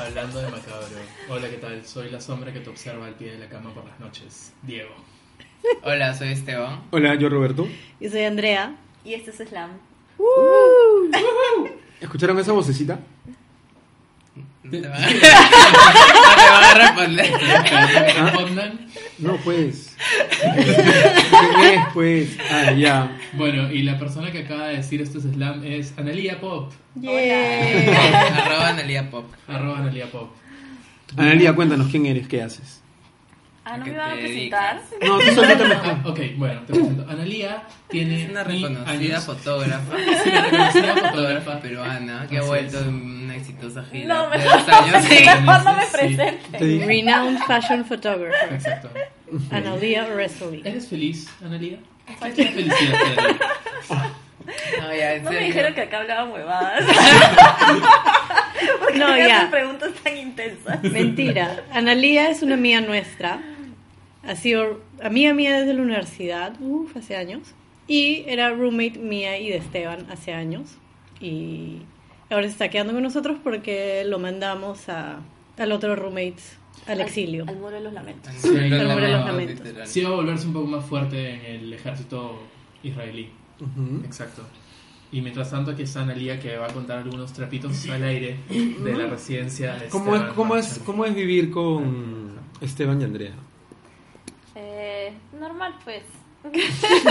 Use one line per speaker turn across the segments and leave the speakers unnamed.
Hablando de macabro. Hola, ¿qué tal? Soy la sombra que te observa al pie de la cama por las noches. Diego.
Hola, soy Esteban.
Hola, yo Roberto.
Yo soy Andrea.
Y este es Slam.
¿Escucharon esa vocecita?
No te van a- no te van a responder.
Respondan.
No, pues. ¿Qué es, pues? Ah, ya.
Bueno, y la persona que acaba de decir esto es slam es Analia Pop.
Yeah.
Arroba Analia Pop.
Arroba Analia Pop.
Analia, cuéntanos quién eres, qué haces.
Ah,
¿A
¿no
qué
me van a
te
presentar?
No, tú solita
Ah,
me.
ok, bueno, te presento. Analia tiene
Es una
mil
reconocida
años.
fotógrafa.
Es una reconocida fotógrafa.
Fotógrafa peruana que ha
Así
vuelto
es.
en una exitosa gira.
No,
de
me
dos años. Ah,
mejor no me
Sí.
Te
presentes.
digo.
Renowned fashion photographer.
Exacto.
Analia Restoli.
¿Eres feliz, Analia? ¿Qué felicidad te da?
No, ya, en
No me
serio.
dijeron que acá hablaban huevadas. Porque
No,
no,
ya.
hacen preguntas tan intensas.
Mentira. Analia es una amiga nuestra. Ha sido amiga mía desde la universidad, uf, hace años. Y era roommate mía y de Esteban hace años. Y ahora se está quedando con nosotros porque lo mandamos a, al otro roommate al exilio.
Al, muro de los lamentos.
Sí,
El muro
lo
de
lamento,
los lamentos.
literal.
Sí, va a volverse un poco más fuerte en el ejército israelí.
Ujú.
Exacto. Y mientras tanto aquí está Analia que va a contar algunos trapitos al aire de la residencia de
¿Cómo es,
Esteban
cómo, es,
Marchand.
¿Cómo es vivir con Esteban y Andrea?
Eh, normal, pues.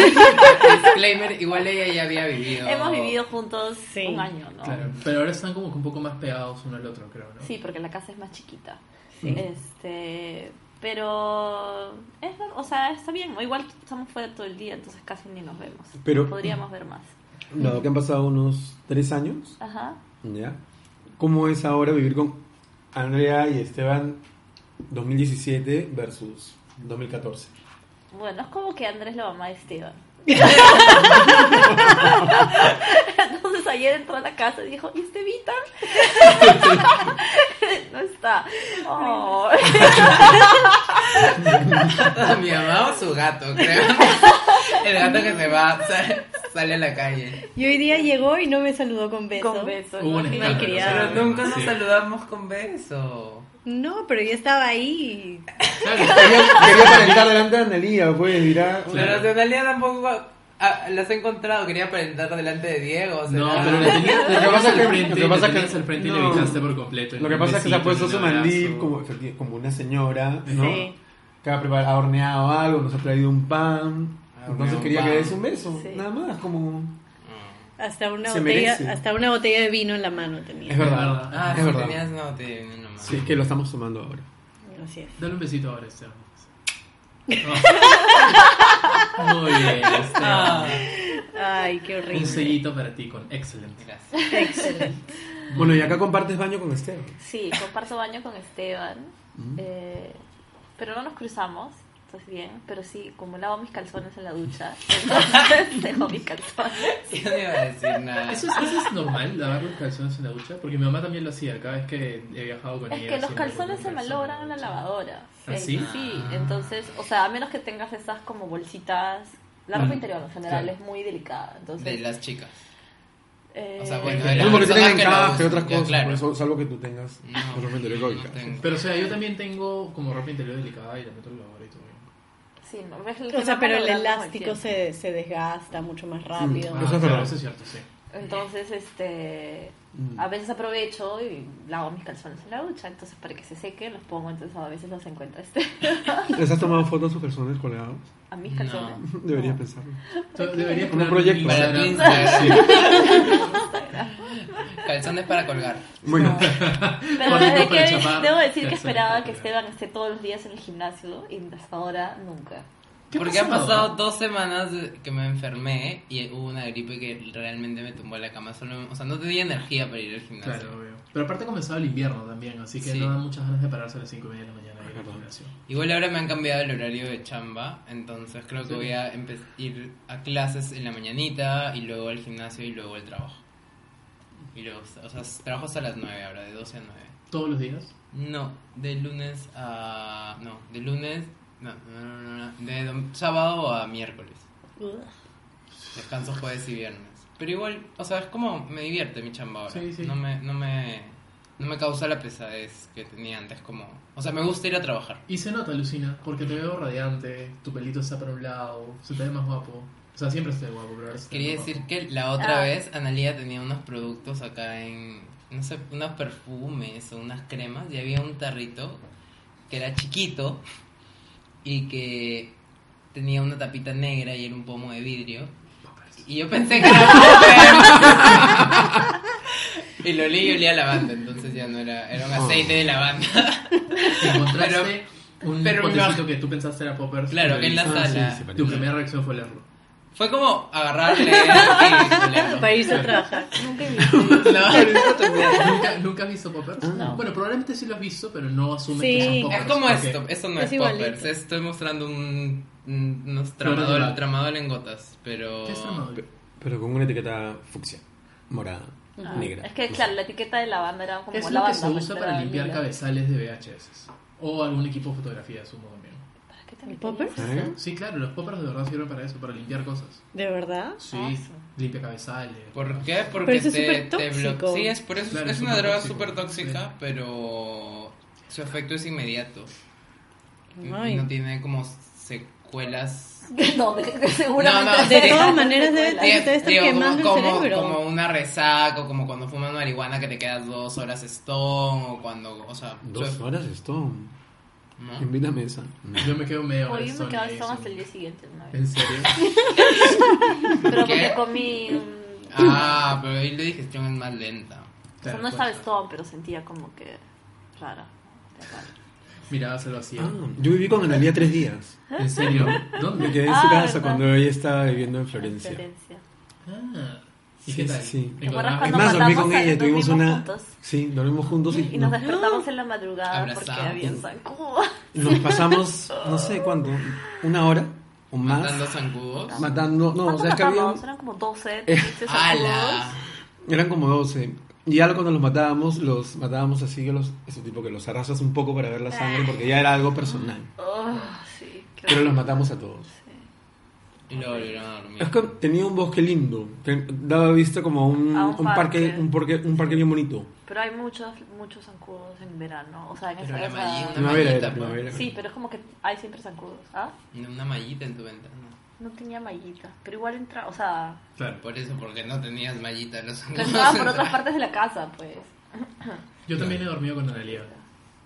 Disclaimer, igual ella ya había vivido.
Hemos vivido juntos
Sí.
un año, ¿no?
Claro, pero ahora están como que un poco más pegados uno al otro, creo, ¿no?
Sí, porque la casa es más chiquita. Este, pero es, o sea, está bien, ¿no? igual estamos fuera todo el día, entonces casi ni nos vemos.
Pero-
podríamos ver más.
Dado que han pasado unos tres años,
Ajá.
¿ya? ¿Cómo es ahora vivir con Andrea y Esteban 2017 versus 2014?
Bueno, es como que Andrés la mamá de Esteban. Entonces ayer entró a la casa y dijo, ¿y Estevita? no está. Oh.
Mi mamá o su gato, creo. El gato que se va, sale, sale a la calle.
Y hoy día llegó y no me saludó con beso.
Con beso.
Hubo un escándalo,
Malcriado.
Pero
¿sabes?
nunca nos
Sí.
saludamos con beso.
No, pero yo estaba ahí.
Claro,
Quería, quería calentar delante de Analia, pues dirá.
Pero de Analia tampoco ah, las he encontrado. Quería aparentar delante de Diego. o sea,
No,
nada.
pero le tenías, le
Lo que pasa
tenías al
que-
frente,
lo que pasa
le
que-
tenías al frente y le
no.
evitaste por completo.
Lo que pasa es que se ha puesto su mandil
mandil
como, efecti- como una señora, ¿no?
Sí.
Que ha, preparado, ha horneado algo, nos ha traído un pan.
Ha horneado
Entonces
un
quería
pan.
que des un beso,
Sí.
nada más, como...
Hasta una,
Se
botella,
merece.
hasta una botella de vino en la mano tenía.
Es verdad,
verdad.
Ah,
es
sí,
verdad.
tenías no, te nomás.
Sí, es que lo estamos tomando ahora.
Así es.
Dale un besito ahora, Esteban. No. Muy bien,
Ah,
Esteban.
Ay, qué
Un
horrible.
sellito para ti con excelente.
gracias. Mm.
Bueno, y acá compartes baño con Esteban.
Sí, comparto baño con Esteban. eh, pero no nos cruzamos, entonces bien. Pero sí, como lavo mis calzones en la ducha, entonces dejo mis calzones.
Yo no iba a decir nada.
¿Eso es, eso es normal, lavar los calzones en la ducha? Porque mi mamá también lo hacía cada vez que he viajado con
Es
ella.
que los
siempre
calzones
con
se
un calzón
malogran en la
ducha.
lavadora.
¿Ah,
Eh,
sí?
entonces, o sea, a menos que tengas esas como bolsitas. La ropa
Mm,
interior en general
claro.
es muy delicada, entonces...
De las chicas.
eh,
o sea, bueno, de las
No, porque
personas
tienen
que lo
encaje,
usan,
otras
ya,
cosas,
claro.
por eso, salvo que tú tengas
No,
no, ropa interior
no
egoica.
tengo.
Pero o sea, yo también tengo como ropa interior delicada y la meto en la lavadora y todo bien.
Sí, no, ves el
O sea,
tema
pero el
laboral como
elástico
tiempo.
se, se desgasta mucho más rápido.
Eso es verdad.
Ah, Eso es cierto, sí.
Entonces, este...
Mm.
A veces aprovecho y lavo mis calzones en la ducha, entonces para que se seque los pongo, entonces a veces los encuentra este.
¿Les has tomado fotos a sus personas colgados?
A mis calzones.
Deberías pensarlo.
Tú deberías
Como un
poner
proyecto.
Para
Instagram.
Instagram.
Sí.
Calzones para colgar.
Bueno,
Pero
Bonito para
desde que
chamar,
debo decir que
calzones
esperaba
para
que
colgar.
Esteban esté todos los días en el gimnasio y hasta ahora nunca.
¿Qué
Porque han
pasó?
pasado dos semanas de- que me enfermé y hubo una gripe que realmente me tumbó a la cama. Solo, o sea, no tenía energía para ir al gimnasio.
Claro, obvio. Pero aparte ha comenzado el invierno también, así que
Sí.
no dan muchas ganas de pararse a las 5 y media de la mañana y ir al
Ajá.
gimnasio.
Igual ahora me han cambiado el horario de chamba, entonces creo que voy a empe- ir a clases en la mañanita y luego al gimnasio y luego al trabajo. Y luego, o sea, trabajo hasta las 9 ahora, de 12 a 9.
Todos los días.
No, de lunes a... No, de lunes... No, no, no, no, no, de dom- sábado a miércoles. Descanso jueves y viernes. Pero igual, o sea, es como me divierte mi chamba ahora.
Sí, sí.
No me... No me... No me causa la pesadez que tenía antes, como... O sea, me gusta ir a trabajar.
Y se nota, Lucina, porque te veo radiante, tu pelito está para un lado, se te ve más guapo. O sea, siempre estás guapo, pero ahora se te ve
Quería
más
decir
guapo.
que la otra
Ah.
vez Analia tenía unos productos acá en, no sé, unos perfumes o unas cremas y había un tarrito que era chiquito y que tenía una tapita negra y era un pomo de vidrio. Y yo pensé que era poppers. Y lo leí y olía a lavanda, entonces ya no era, era un aceite de lavanda.
Encontraste un
pero me
potecito
imag-
que tú pensaste era Poppers.
Claro, que en la
Ah, sí,
sala.
sí, sí, Tu primera reacción fue leerlo.
Fue como agarrarle y olerlo.
Para irse a trabajar.
Nunca he visto.
No.
¿Nunca, ¿Nunca has visto Poppers?
No.
Bueno, probablemente sí lo has visto, pero no asumes
Sí.
que son Poppers.
Es
Es como
porque-
esto, esto no
Es
es,
igualito.
poppers, estoy mostrando un, un- unos
Flores de
tramadol,
Bach.
tramadol en gotas, pero...
¿Qué es Tramadol?
pero con una etiqueta fucsia, morada,
Ah,
negra.
Es que,
Pues
claro, la etiqueta de lavanda era como
Es lo
lavanda.
que se
pues,
usa
era
para limpiar
lila.
cabezales de VHS. O algún equipo de fotografía, asumo también.
¿Para qué te
¿El
meterías?
popper?
¿Eh?
Sí, claro, los poppers de verdad sirven para eso, para limpiar cosas.
¿De verdad?
Sí,
Ah, sí.
limpia cabezales.
¿Por qué? Porque
Pero eso es
te,
súper
te blo-
tóxico.
Sí, es, por eso
Claro,
es
es
una
súper
droga
tóxico,
súper tóxica,
sí.
pero su efecto es inmediato. Y
Ay.
No tiene como secuelas...
No, de- de- seguramente.
No, no,
De
Sí.
todas maneras debe,
Digo-
debe estar
digo,
quemando
como,
el
como-
cerebro.
como una resaca, o como cuando fumas marihuana que te quedas dos horas stone, o cuando, o sea... su-
Dos horas esto.
¿no?
Ah. Invítame esa.
Yo me quedo medio.
Hoy yo me quedaba
Sony,
estaba hasta el
Sony.
día siguiente. ¿no?
¿En serio?
Pero
¿Qué?
porque comí un...
Ah, pero ahí la digestión es más lenta.
O sea,
Claro,
no estaba
pues,
Stone, pero sentía como que rara.
Mirabas el vacío.
Ah, yo viví con Analia tres días.
¿eh? ¿En serio?
Me
¿Dónde?
quedé en su
Ah,
casa
¿verdad?
cuando ella estaba viviendo en Florencia.
Diferencia.
Ah, ¿y
Sí,
qué tal?
sí, sí.
¿Te acuerdas
Es
¿Encontrabas-
cuando
más, dormí
mandamos
con
a-
ella, tuvimos
dormimos
una...
juntos?
Sí, dormimos juntos y,
Y
no-
nos despertamos en la madrugada
Abrazados.
porque había un zancudo.
nos pasamos, no sé cuánto, una hora o
Ah.
más,
Matando zancudos.
matando, no, o
¿Cuántos
sea, es que había,
matamos? Eran como 12,
Eh,
13
¡Hala!
zancudos.
eran como 12. Y ya cuando los matábamos, los matábamos así, que los, ese tipo que los arrasas un poco para ver la sangre, porque ya era algo personal.
Oh, sí, qué
Pero los
horror.
matamos a todos.
Y luego volvieron a dormir.
Es que tenía un bosque lindo, que daba vista como a un,
A un
un parque,
parque.
un parque, un parque bien bonito.
Pero hay muchos, muchos zancudos en verano. O sea, en
Pero
esa
la mallita,
época.
una
Primavera
mallita,
era,
pues.
primavera.
Sí, pero es como que hay siempre zancudos. ¿Ah?
Una mallita en tu ventana.
No tenía mallita. Pero igual entra. O sea,
Claro.
Por eso, porque no tenías mallita los
lo
zancudos.
entraban por otras partes de la casa, pues.
Yo también he dormido con Analia.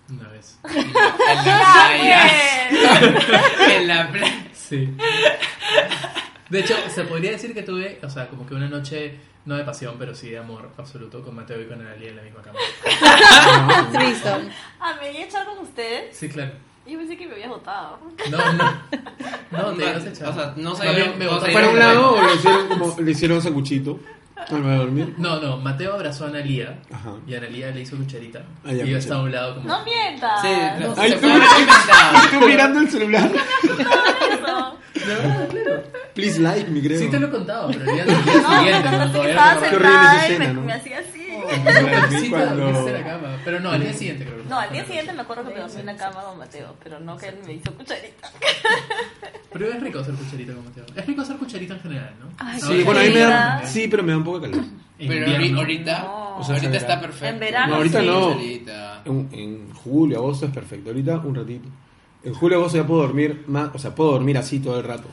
Una vez.
En la
Pues,
playa.
Ah,
En la playa.
Sí. De hecho, se podría decir que tuve, o sea, como que una noche, no de pasión, pero sí de amor absoluto con Mateo y con Analia en la misma cama.
Tristón.
Ah, me había echado con ustedes.
Sí, claro.
Yo pensé que me había votado.
No, no. No, te
No,
ibas a echar.
o sea, no
Más bien
salieron-
me
no
botaron.
¿Para
salieron
un lado o le hicieron como, le hicieron sacuchito? Ah, me voy a dormir.
No, no, Mateo abrazó a Analia
Ajá.
y Analia le hizo cucharita.
Ah, ya,
y yo
cuchara.
estaba a un lado como.
¡No mientas!
Sí,
Ah, no.
la-
Ay,
se
tú-
fue haber inventado.
Estoy mirando el celular.
No,
Please like, mi creo.
Sí te lo he contado, pero el día del día siguiente,
me
cuando
pasó que
todavía
estaba
no
Qué
te
horrible
sentada
esa
y me,
escena, ¿no?
me hacía así.
acuerdas. Sí, te
Cuando-
dormiste en la cama. Pero no, al día siguiente creo. que
No, al
fue
día
la
siguiente
noche.
me acuerdo que me dormí en la cama con Mateo, pero no que él me hizo cucharita.
Pero es rico hacer cucharita con Mateo. Es rico hacer cucharita en general, ¿no?
Ay,
Sí, bueno, ahí me da,
Mira.
sí, pero me da un poco de calor.
En
Pero ahorita,
invierno.
ahorita,
No.
O sea,
ahorita
en
está
verano.
perfecto.
En verano,
No, ahorita sí. no.
Ahorita.
En, en julio, agosto es perfecto. Ahorita un ratito. En julio, agosto ya puedo dormir más, o sea, puedo dormir así todo el rato.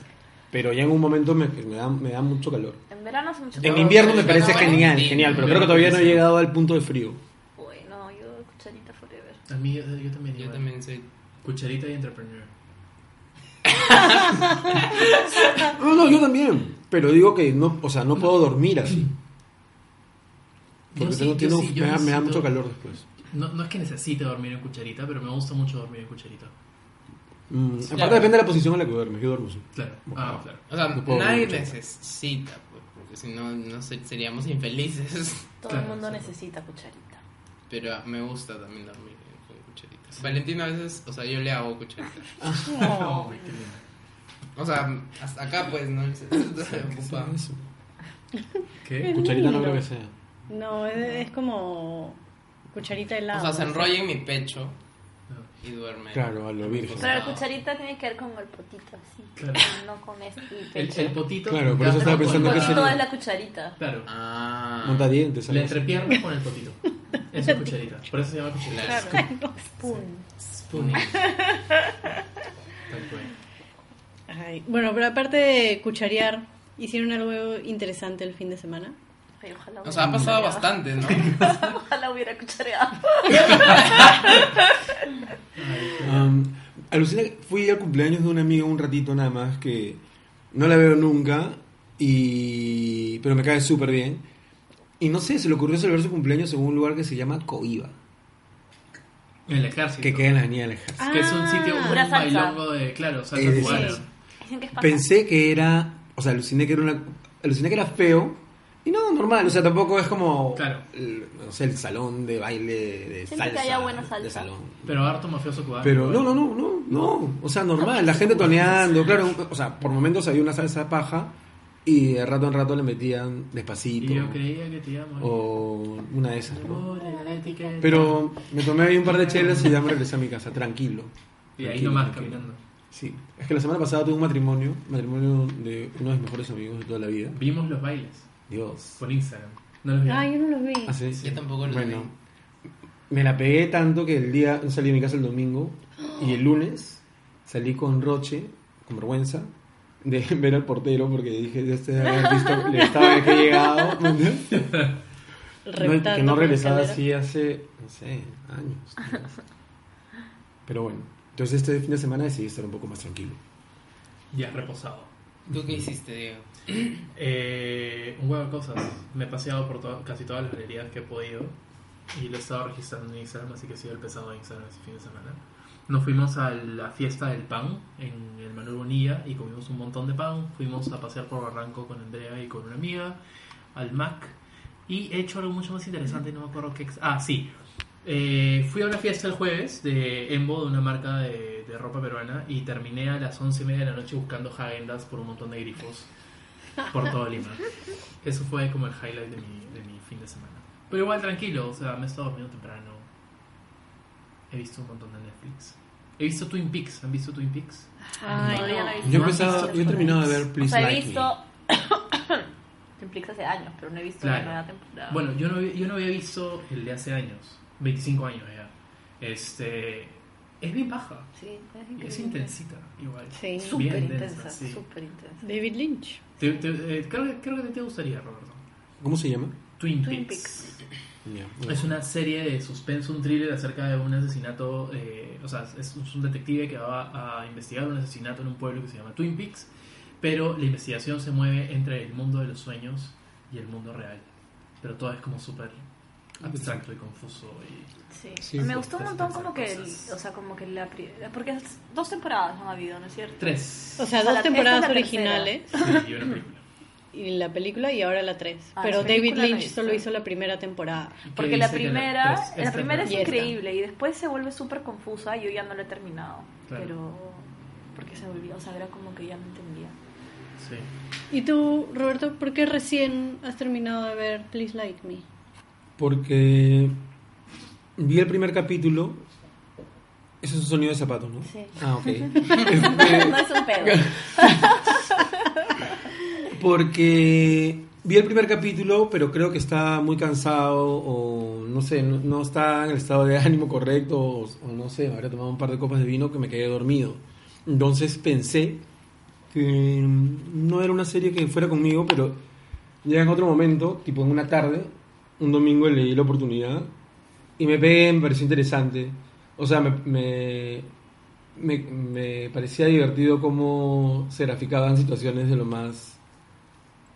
Pero ya en un momento me, me da, me da mucho calor.
En verano hace mucho
En
calor.
invierno me parece
Bueno,
genial,
sí,
genial, pero
pero
creo que todavía no he
sí.
llegado al punto de frío.
Uy, no, eh. yo cucharita forever.
A mí, yo yo también.
Yo
igual.
también soy.
Cucharita y entrepreneur.
No, no, yo también. Pero digo que no, o sea, no puedo dormir así. Porque
Yo
tengo,
sí- yo
tengo-
sí- yo
me, da, me da
necesito-
mucho calor después.
No, no es que necesite dormir en cucharita, pero me gusta mucho dormir en cucharita.
Mm, aparte
claro.
depende de la posición en la que duermes. Yo duermo así.
Claro. Ah, claro.
O sea,
No puedo
nadie
dormir.
necesita, pues, porque si no, no se- seríamos infelices.
Todo
Claro,
el mundo
sí.
necesita cucharita.
Pero ah, me gusta también dormir con cucharitas. Valentina a veces, o sea, yo le hago cucharitas.
Oh, qué lindo.
O sea, hasta acá pues, ¿no? Se- se ocupa.
Eso.
¿Qué?
Cucharita no creo que sea.
No, es, es como cucharita de helado.
O sea, se
no sé.
enrolla en mi pecho
No.
y duerme.
Claro, a lo virgen.
Pero
No.
la cucharita tiene que ver con el potito, así.
Claro.
No con este
El,
pecho.
el potito.
Claro, por eso
Ya,
estaba
con-
pensando
el
que
potito
sería-
es la cucharita.
Claro.
Ah.
Monta dientes.
La
algo así.
entrepierna con el potito. Eso es cucharita. Por eso se llama cucharita.
Claro.
Spoon.
Spoon. Tal cual.
Ay, Bueno, pero aparte de cucharear, ¿hicieron algo interesante el fin de semana?
Ay, ojalá
O sea, ha
hubiera
pasado
cuchareado.
bastante, ¿no?
Ojalá hubiera cuchareado.
Um, alucina, que fui al cumpleaños de una amiga un ratito nada más que no la veo nunca, y, pero me cae súper bien. Y no sé, se le ocurrió celebrar su cumpleaños en un lugar que se llama Coiba,
El ejército.
que queda en la Avenida del Ejército.
Que es un sitio,
Ah.
un
Pura salsa.
bailongo de, claro, salsa
Es-
cubana.
Sí.
Dicen que es paja.
Pensé que era, o sea, aluciné que era una, aluciné que era feo. Y no, normal, o sea, tampoco es como
Claro.
el, no sé, el salón de baile de
Siempre
salsa,
que haya buena salsa.
de salón.
Pero harto mafioso cubano.
Pero no, no, no, no, no. O sea, normal, la gente toneando, claro, o sea, por momentos había una salsa de paja y de rato en rato le metían despacito
Y yo creía que te llamo.
o una de esas, ¿no? Pero me tomé ahí un par de chelas y ya me regresé a mi casa, tranquilo.
Y ahí
Tranquilo,
nomás
tranquilo.
caminando.
Sí, es que la semana pasada tuve un matrimonio, matrimonio de uno de mis mejores amigos de toda la vida.
Vimos los bailes
Dios.
por Instagram. No los
Ah,
vieron.
yo no los vi.
Ah, sí.
Yo tampoco lo
Bueno,
vi.
me la pegué tanto que el día salí de mi casa el domingo y el lunes salí con Roche, con vergüenza, de ver al portero porque dije, ya este debe haber visto, le estaba que he llegado. ¿me entiendes? No,
Reptando
que no
por
regresaba
escalera.
así hace, no sé, años. tal vez. Pero bueno, entonces este fin de semana decidí estar un poco más tranquilo.
Ya reposado.
¿Tú qué hiciste, Diego?
Eh, un huevo de cosas. Me he paseado por to- casi todas las galerías que he podido. Y lo he estado registrando en Instagram, así que he sido el pesado de Instagram este fin de semana. Nos fuimos a la fiesta del pan en el Manuel Bonilla y comimos un montón de pan. Fuimos a pasear por Barranco con Andrea y con una amiga, al Mac. Y he hecho algo mucho más interesante, no me acuerdo qué. ex- Ah, sí. Eh, fui a una fiesta el jueves de Embo, de una marca de, de ropa peruana, y terminé a las once y media de la noche buscando Hagendas por un montón de grifos por todo Lima. Eso fue como el highlight de mi, de mi fin de semana. Pero igual tranquilo, o sea, me he estado durmiendo temprano. He visto un montón de Netflix. He visto Twin Peaks. ¿Han visto Twin Peaks?
Ay,
Todavía no he
no.
visto.
Yo, he
No he
empezado- yo
visto
he
Friends.
terminado de ver
O
Please
sea, he
Like Me.
visto. Implica hace años, pero no he visto
Claro.
la nueva temporada.
Bueno, yo no, yo no había visto el de hace años. 25 años ya. Este... Es bien baja.
sí, es
Es
increíble.
intensita, igual.
Sí.
Súper
Bien
intensa,
sí.
súper intensa.
David Lynch.
Te- te- eh, creo, creo que te gustaría, Roberto.
¿Cómo se llama?
Twin,
Twin
Peaks.
Peaks.
Ya,
Es una serie de suspenso, un thriller acerca de un asesinato, eh, o sea, es es un detective que va a investigar un asesinato en un pueblo que se llama Twin Peaks, pero la investigación se mueve entre el mundo de los sueños y el mundo real, pero todo es como súper abstracto y confuso. Y...
Sí.
Sí,
me
sí.
gustó un montón como que, el-
Cosas.
o sea, como que la primera, porque es- dos temporadas no ha habido, ¿no es cierto?
Tres.
O sea,
O sea,
dos
la-
temporadas
esta es la
originales
Sí, y una película.
y la película y ahora la tres.
Ah,
pero
la
David
película la
Lynch
hizo.
solo hizo la primera temporada.
Porque
Que
la
dice que
primera,
tres-
la,
esta
primera es
y esta.
increíble y después se vuelve súper confusa y yo ya no la he terminado,
Claro.
pero porque se volvió, o sea, era como que ya no entendía.
Sí.
¿Y tú, Roberto, por qué recién has terminado de ver Please Like Me?
Porque vi el primer capítulo. Eso es un sonido de zapatos, ¿no?
Sí.
Ah, ok.
No
Este,
es un pedo.
porque vi el primer capítulo, pero creo que está muy cansado o no sé, no, no está en el estado de ánimo correcto o, o no sé, habrá tomado un par de copas de vino que me quedé dormido. Entonces pensé que mm, no era una serie que fuera conmigo, pero ya en otro momento, tipo en una tarde, un domingo leí la oportunidad y me pegué, me pareció interesante. O sea, me, me, me- me parecía divertido cómo se graficaban situaciones de lo más,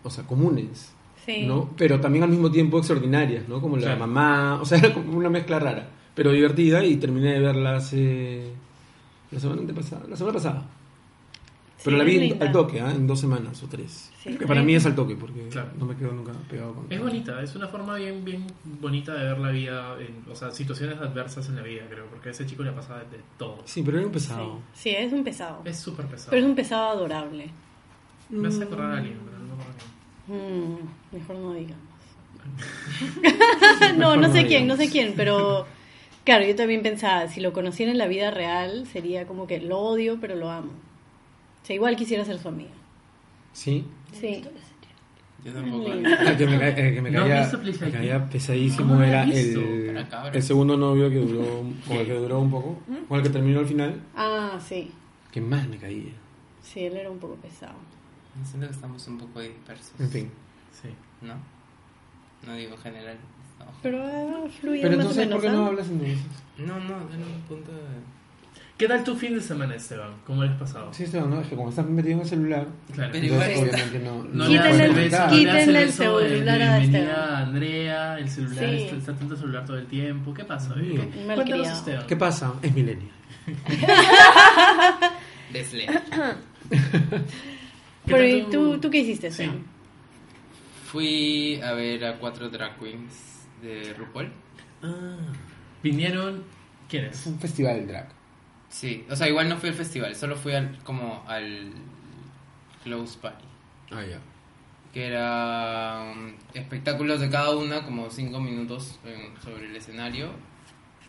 o sea, comunes.
Sí.
¿no? Pero también al mismo tiempo extraordinarias, ¿no? Como la
Claro.
mamá, o sea, era como una mezcla rara, pero divertida y terminé de verla hace la semana antepasada, la semana pasada. Pero
Sí,
la vi
es
en-
linda.
al toque, ¿ah? en dos semanas o tres.
Sí.
que para mí es al toque, porque
Claro.
no me quedo nunca pegado con
Es bonita, es una forma bien, bien bonita de ver la vida, en, o sea, situaciones adversas en la vida, creo, porque a ese chico le pasa de, de todo.
Sí, pero era un
Sí.
pesado.
Sí, es un pesado.
Es súper pesado.
Pero es un pesado adorable.
Me hace acordar a alguien, pero no me acuerdo quién.
Mm, mejor no digamos. no, no
no
sé quién, no
digamos.
sé quién, pero claro, yo también pensaba, si lo conociera en la vida real, sería como que lo odio, pero lo amo. O sea, igual quisiera ser su amiga.
Sí.
Sí.
Yo tampoco.
El que me, ca- el que me
¿No has
caía,
visto Fleabag?
me caía
No,
pesadísimo
no
era
la he visto.
el,
Para cabros.
el segundo novio que duró, con el que duró un poco,
¿Mm?
con el que terminó al final,
Ah, sí.
que más me caía.
Sí, él era un poco pesado.
Siento que estamos un poco dispersos.
En fin.
Sí.
¿No? No digo general. no.
Pero ah, fluye
Pero
más o
entonces,
menos.
¿por qué
¿ah?
no hablas entonces?
No, no, en un punto de...
¿Qué tal tu fin de semana, Esteban? ¿cómo les has pasado?
Sí, Esteban, no, es que como estás metido en el celular,
Claro.
Pero
entonces
igual
obviamente no.
No le
Quítenle
das
puedes
el
el-
beso, no
comentar.
le das el
quítenle el
beso de- de
celular a
bienvenida a
Esteban.
Andrea, el celular, este,
Sí.
está, está atento al celular todo el tiempo. ¿Qué pasa?
Dios mío.
¿Qué-
Malcriado.
Cuéntanos, Esteban.
¿Qué pasa? Es millennial.
Desleal.
Pero
¿Qué
¿y
tal
tú,
tu-
tú qué hiciste,
Sí.
Sam?
Fui a ver a cuatro drag queens de RuPaul.
Ah. ¿Vinieron quiénes?
Es un festival de drag.
Sí, o sea, igual no fui al festival, solo fui al, como al Close Party.
Ah, ya.
que eran espectáculos de cada una, como cinco minutos en- sobre el escenario.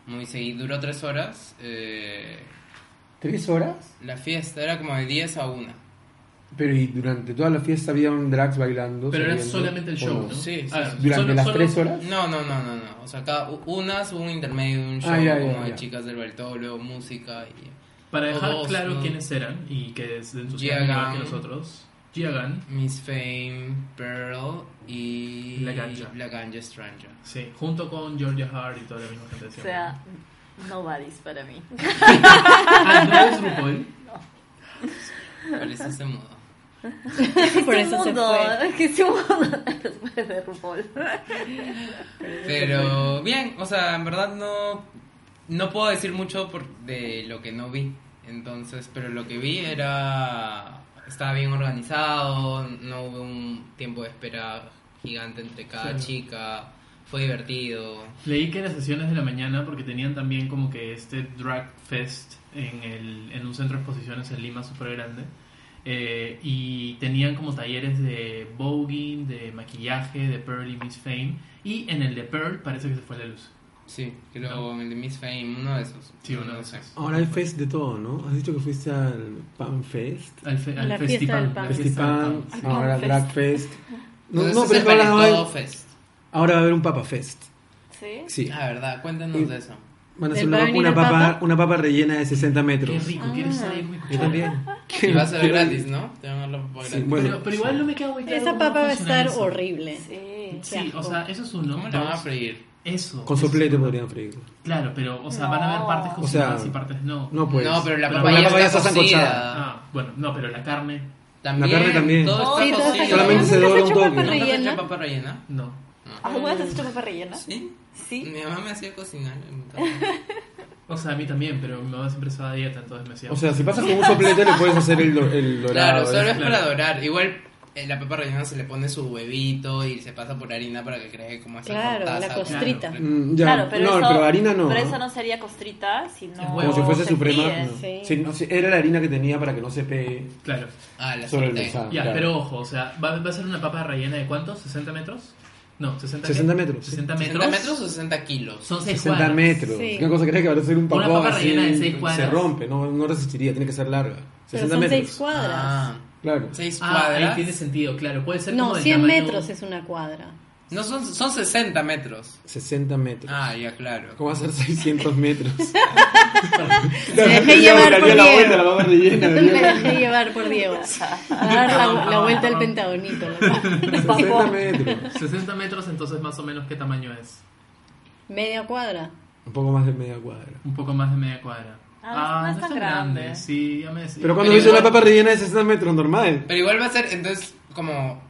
Muy seguido, duró tres horas. eh,
¿Tres horas?
la fiesta era como de 10 a 1.
Pero y durante toda la fiesta había un drags bailando.
Pero era
saliendo,
solamente el
¿o
show,
no?
¿no?
Sí, sí,
Ah,
sí.
¿Durante
solo-
las
solo-
tres horas?
No, no, no, no, no. O sea, cada u- unas hubo un intermedio de un show
Ah, ya, ya,
como de
ya.
chicas del baltolo, luego música y
Para dejar
Todos,
claro
¿no?
quiénes eran y que es de sus
Gia
igual que
Gunn.
nosotros. Gia Gunn,
Miss Fame, Pearl y
La Ganja.
La Ganja Stranger.
sí, junto con Georgia Hart y toda la misma gente.
O
siempre.
sea, nobody's para mí.
Ah, ¿no es RuPaul?
Por eso se mudó.
Por eso se
Este mundo,
fue.
Que se mundo después de RuPaul.
Pero bien, o sea, en verdad no, no puedo decir mucho por, de lo que no vi. Entonces, pero lo que vi era. Estaba bien organizado, no hubo un tiempo de espera gigante entre cada
Sí.
chica. Fue divertido.
Leí que en las sesiones de la mañana, porque tenían también como que este drag fest en, el, en un centro de exposiciones en Lima súper grande, eh, y tenían como talleres de voguing, de maquillaje, de Pearl y Miss Fame, y en el de Pearl parece que se fue la luz.
Sí, creo el de Miss Fame, uno de esos.
Sí, uno
No
de
sé.
esos.
Ahora hay fest de todo, ¿no? Has dicho que fuiste al Pan Fest.
Al, fe- al
La fiesta
festival.
del pan.
la fiesta del
Festipan,
pan, sí.
ahora
Pan
Drag Fest. No,
Entonces,
no,
ese
pero es que ahora, va a
Panetone
haber-
Fest.
ahora va a haber un Papa Fest.
¿Sí?
Sí.
Ah, verdad, cuéntanos de eso.
Van a
¿Del
hacer
va a
una,
venir
una
el
papa,
Papa?
una papa rellena de 60
Qué
metros.
rico,
Ah.
quiero estar ahí, güey.
Yo también.
Y va a ser gratis, ¿no? Te van a dar la papa
Sí,
gratis.
bueno.
Pero, pero igual no me queda muy claro.
Esa
cómo
papa va a
funciona
estar
eso.
horrible.
Sí.
Sí, o sea, eso es uno.
¿Cómo la van a
dos.
freír?
Eso.
Con
eso.
soplete podrían freír.
Claro, pero, o sea,
No.
van a haber partes
O
cocinadas
sea,
y partes no.
No, pues.
no, pero la
Pero
papa
la
ya
papa ya
está
está
cocida.
zancochada.
Ah, bueno, no, pero la carne,
También,
La carne también.
Todo
Sí,
está
todo
cocido.
está
Solamente se dora un
hecho papa
toque.
¿No te has hecho
rellena?
papa rellena?
no.
¿Alguna vez has hecho papa rellena?
Sí.
Sí.
Mi mamá me hacía cocinar en mi casa.
O sea, a mí también, pero mi mamá siempre estaba a dieta, entonces me decía.
O sea, si pasas con un soplete le puedes hacer el, do- el dorado.
Claro, solo es
¿eh?
para dorar. Igual eh, la papa rellena se le pone su huevito y se pasa por harina para que cree como esa
Claro,
mostaza.
la costrita.
Claro.
Mm, ya.
Claro, pero
no,
eso,
pero harina no.
Pero
¿ah?
eso no sería costrita, sino
Es huevo.
Como si fuese
se
suprema.
fríe.
no.
sí.
Sí, no, sí, era la harina que tenía para que no se pegue
Claro.
Ah, la
sobre el
sartén.
guisado.
Ya,
claro.
pero ojo, o sea, ¿va, va a ser una papa rellena de cuántos? ¿60 metros? No, 60,
60
qué?
metros, sí.
60 metros.
60 metros o 60 kilos.
Son 6
60 metros.
Sí.
¿Qué cosa crees que va a ser un
Una
papá
papa
así?
rellena de seis
se
cuadras.
rompe, no, no resistiría, tiene que ser larga. 60
Pero son
metros.
seis cuadras.
Ah,
Claro.
6
Ah, ahí
cuadras.
tiene sentido, claro. Puede ser
No,
como del
100
tamaño-
metros es una cuadra.
No, son, son 60 metros.
60 metros.
Ah, ya, claro.
¿Cómo va a ser 600 metros?
Me dejé llevar
Daría
por
la
Diego.
vuelta, Ah. la papa rellena.
Me
Diego.
dejé llevar por Diego. A dar la, la vuelta al pentagonito. la verdad.
60 metros.
60 metros, entonces más o menos, ¿qué tamaño es?
Media cuadra.
Un poco más de media cuadra.
Un poco más de media cuadra.
Ah, no es tan grande.
Sí, ya me decía.
Pero
cuando
cuando
Pero
hizo
igual-
una papa rellena de 60 metros, normal.
Pero igual va a ser, entonces, como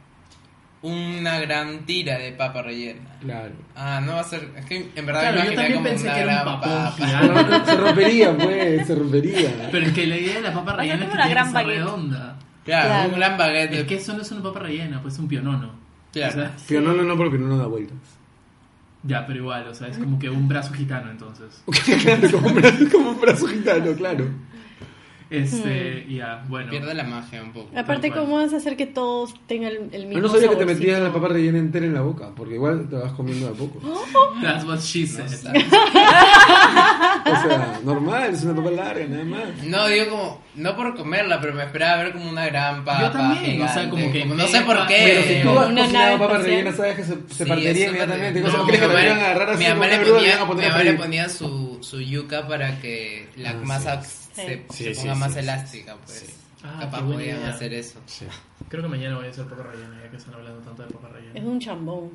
una gran tira de papa rellena.
Claro.
Ah, no va a ser. Es que en verdad
Claro,
me
yo
imaginé
también
como
pensé
una
que era
gran
un papón
papa.
gigante.
se rompería, pues, se rompería.
Pero es que la idea de la papa
Bueno,
rellena
como
es que
la
tiene
gran
que ser
baguette.
redonda.
Claro,
Claro.
un gran baguette. de-
Es que eso no es una papa rellena, pues es un pionono.
Claro.
O sea,
Pero no, no, no, porque no nos da vueltas.
ya, pero igual, o sea, es como que un brazo gitano entonces.
claro, como un, brazo, como un brazo gitano, claro.
Mm.
Este, ya, bueno.
Pierde la magia un poco.
Aparte,
cual.
¿cómo vas a hacer que todos tengan el, el
Yo
mismo
Ah, no sabía que te
saborcito?
metías la papa rellena entera en la boca, porque igual te vas comiendo de a poco.
That's what she
No,
pues,
said.
sé.
O sea, normal, es una papa larga, nada más.
No, digo como, no por comerla, pero me esperaba ver como una gran papa.
Yo también, o sea,
gigante,
como que
no sé por
mega-
Pero si
qué.
tú has
Una
cocinado
nave
papa
espacial.
rellena, sabes que se, se
Sí,
partiría
eso
inmediatamente.
también.
cosa
No,
que te
mi
la
mamá-
iban a agarrar así
mi mamá
con
le
una grúa y la iban a
ponía,
poner
mi
a
mamá le
freír.
ponía su, su yuca para que la
Ah,
masa se,
Sí,
se
sí,
ponga
sí,
más
sí,
elástica, pues.
Ah,
Capaz
qué buena
podían
idea.
hacer eso.
Sí.
Creo que mañana voy a hacer papa rellena, ya que están hablando tanto de papa rellena.
Es un chambón.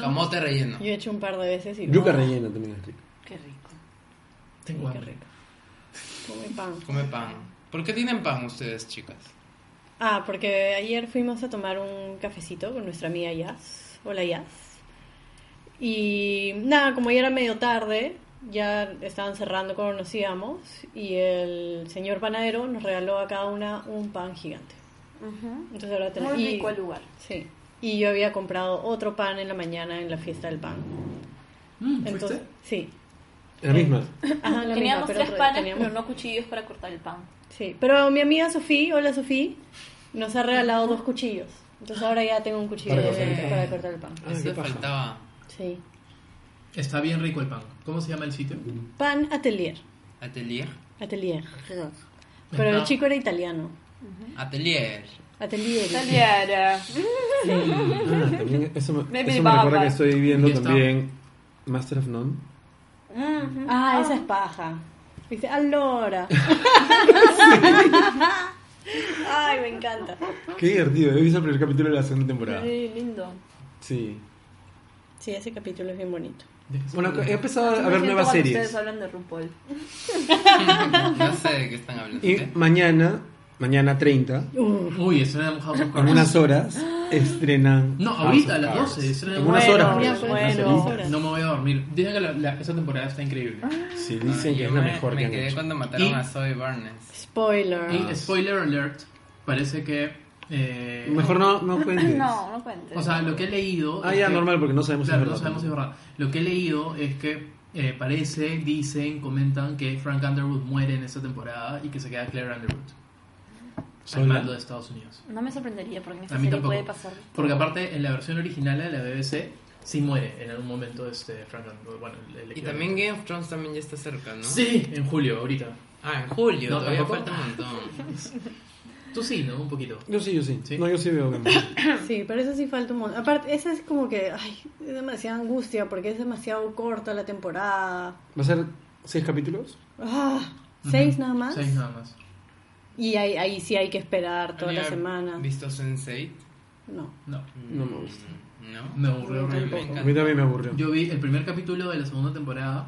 Camote relleno.
Yo he hecho un par de veces y.
Yuca
¡oh!
rellena también es rico.
Qué rico.
Tengo
Qué
hambre.
rico. Come pan.
Come pan. ¿Por qué tienen pan ustedes, chicas?
Ah, porque ayer fuimos a tomar un cafecito con nuestra amiga Yas. Hola Yas. Y nada, como ya era medio tarde, ya estaban cerrando cuando nos íbamos y el señor panadero nos regaló a cada una un pan gigante.
Ujú.
Entonces ahora tenemos...
Muy rico el lugar.
Sí. Y yo había comprado otro pan en la mañana en la fiesta del pan.
Mm, ¿fuiste?
Entonces, sí.
La misma.
Ajá, la misma,
Teníamos
pero
tres
otro-
panes,
teníamos-
pero no cuchillos para cortar el pan.
Sí, pero mi amiga Sofía, hola Sofía, nos ha regalado dos cuchillos. Entonces ahora ya tengo un cuchillo
Para
de-
cortar el pan.
para cortar el pan.
Ah, qué
eso
paja.
faltaba.
Sí.
Está bien rico el pan. ¿Cómo se llama el sitio?
Pan Atelier.
Atelier.
Atelier. Pero el
Ajá.
chico era italiano. ¿Eh?
Atelier.
Atelier.
Saliera.
Ah, también eso me,
Maybe
eso me recuerda
papa.
que estoy viendo
Y está.
también Master of None.
Ah, esa es paja. Dice, allora. Ay, me encanta.
Ah,
Qué divertido, he visto el primer capítulo de la segunda temporada.
Muy lindo.
Sí.
Sí, ese capítulo es bien bonito.
Bueno, eh, he empezado a
Me
ver
siento
nuevas
cuando
series.
Ustedes hablan de RuPaul.
No sé de qué están hablando.
Y
¿qué?
mañana, mañana 30,
Uy, estrenamos House of
en
Cards.
unas horas, estrenan.
No,
House
ahorita a
of
las
Cards.
12. estrenan
En unas
House of
horas.
Bueno,
pues,
Cards.
unas
bueno.
horitas.
No me voy a dormir. Dicen que la, la- esa temporada está increíble.
Sí,
Ah,
dicen que
yo
es la
me-
mejor que
Me
han
quedé
hecho.
cuando mataron
Y-
a Zoe Barnes.
Spoiler.
Y spoiler alert, parece que... eh,
Mejor no, no cuentes.
No, no cuentes.
O sea, lo que he leído...
Ah,
es
ya,
que-
normal, porque no sabemos
Claro, no
verdad.
sabemos si es verdad. Lo que he leído es que eh, parece, dicen, comentan que Frank Underwood muere en esta temporada y que se queda Claire Underwood. Al
Sola.
mando de Estados Unidos.
no me sorprendería porque en
A
esta
mí
serie
tampoco.
puede pasar.
Porque aparte, en la versión original de la BBC, sí muere en algún momento este Frank Underwood. Bueno, el- el
Y
equivalente.
también Game of Thrones también ya está cerca, ¿no?
Sí, en julio, ahorita.
Ah, en julio.
No,
todavía
tampoco.
falta un montón.
Tú sí, ¿no? Un poquito.
Yo sí, yo sí.
Sí.
No, yo sí veo. Game of Thrones.
Sí, pero eso sí falta un montón. Aparte, esa es como que, ay, es demasiada angustia porque es demasiado corta la temporada.
¿Va a ser seis capítulos?
Ah, seis
Ujú.
nada más.
Seis nada más.
Y ahí, ahí sí hay que esperar toda la
¿Habían
semana.
¿Visto Sense8?
No.
No,
No me gusta.
Mm, ¿No?
me aburrió
Me
horrible.
A mí
encanta.
también me aburrió.
Yo vi el primer capítulo de la segunda temporada.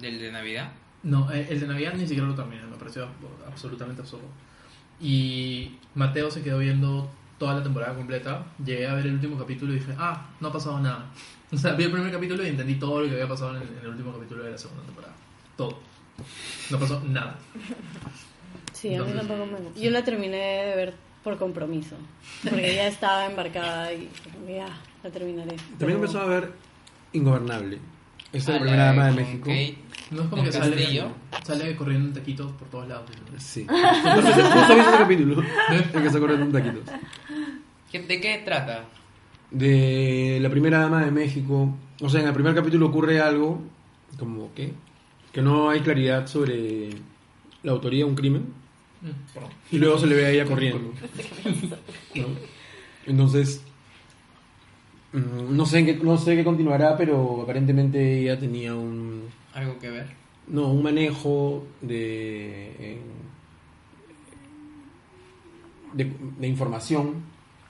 ¿Del de Navidad?
No, eh, el de Navidad ni siquiera lo terminé, me pareció ab- absolutamente absurdo. Y Mateo se quedó viendo toda la temporada completa. Llegué a ver el último capítulo y dije, ah, no ha pasado nada. O sea, vi el primer capítulo y entendí todo lo que había pasado en el, en el último capítulo de la segunda temporada. Todo. No pasó nada.
Sí, a mí
Entonces-
tampoco me gusta. Yo la terminé de ver por compromiso. Porque ya estaba embarcada y ya, la terminaré. Pero-
También empezó a ver Ingobernable. Esta ¿Este es
Ah,
la primera dama de
con
México.
Kate.
No es como
¿El
que sale,
castillo?
sale corriendo en taquitos por todos lados.
Sí. Justo justo vi ese capítulo. El que se acuerda de un taquito.
¿Qué- ¿De qué trata?
De la primera dama de México. O sea, en el primer capítulo ocurre algo. Como que. Que no hay claridad sobre la autoría de un crimen.
Mm, perdón.
Y luego se le ve a ella corriendo. ¿No? Entonces. mm, No sé, en qué, no sé qué continuará, pero aparentemente ella tenía un
¿Algo que ver?
No, un manejo de, eh, de, de información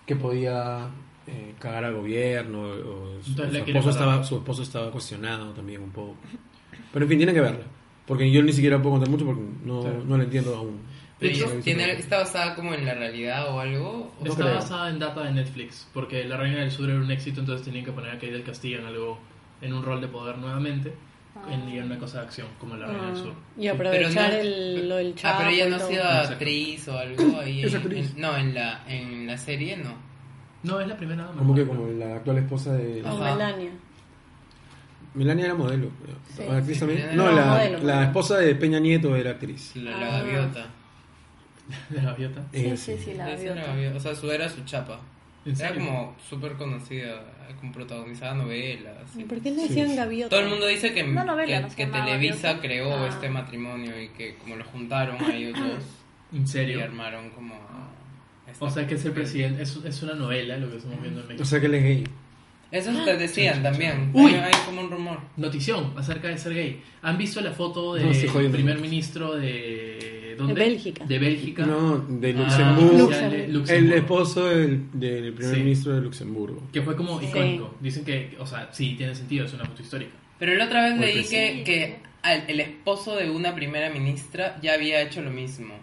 que podía eh, cagar al gobierno. o su,
Entonces la
su
quiere
esposo
matar.
estaba, su esposo estaba cuestionado también un poco. Pero en fin, tienen que verla. Porque yo ni siquiera puedo contar mucho porque no,
Claro.
no la entiendo aún.
De
Sí,
hecho,
sí,
tiene-
sí.
¿Está basada como en la realidad o algo? O-
No
Está
creo.
basada en data de Netflix, porque La Reina del Sur era un éxito, entonces tenían que poner a Kate del Castillo en algo, en un rol de poder nuevamente, en, y en una cosa de acción, como La Reina del Sur.
Ah, Y
pero
aprovechar
no-
el, lo del
Ah,
chavo.
pero ella
y
no ha
todo.
sido
Exacto.
actriz o algo ahí.
Es
en-
actriz.
en- no, en la, en la serie no.
No, es la primera dama.
Como que como la actual esposa de...
Con
Ajá.
Melania.
Melania era modelo. creo.
Sí.
¿O actriz también?
Melania
No,
era
la,
modelo.
la esposa de Peña Nieto era actriz.
La, la
Ah.
gaviota.
De la gaviota.
Ella
Sí, sí, sí, la
Esa era
gaviota.
gaviota. O sea, su era su chapa.
¿En
Era
serio?
como súper conocida, como protagonizaba novelas. y-
¿Por qué le
Sí.
decían gaviota?
Todo el mundo dice que,
Una novela,
que-
no se
que
llamaba
Televisa
gaviota.
creó
Ah.
este matrimonio y que como lo juntaron a ellos dos
¿En
y
serio?
armaron como... esta-
O sea que es el presidente, es, es una novela lo que estamos viendo en México.
O sea que él es gay.
Eso te decían también.
Ah. Uy.
Hay, hay como un rumor.
Notición acerca de ser gay. ¿Han visto la foto del
No, estoy jodiendo.
primer ministro de... ¿dónde?
De Bélgica.
De Bélgica.
No, de
Ah,
Luxemburgo.
ya, de
El
Luxemburgo.
esposo del, del primer
Sí.
ministro de Luxemburgo.
Que fue como
Sí.
icónico. Dicen que, o sea, sí, tiene sentido, es una foto histórica.
Pero la otra vez
Muy
leí que,
sí.
que al- el esposo de una primera ministra ya había hecho lo mismo.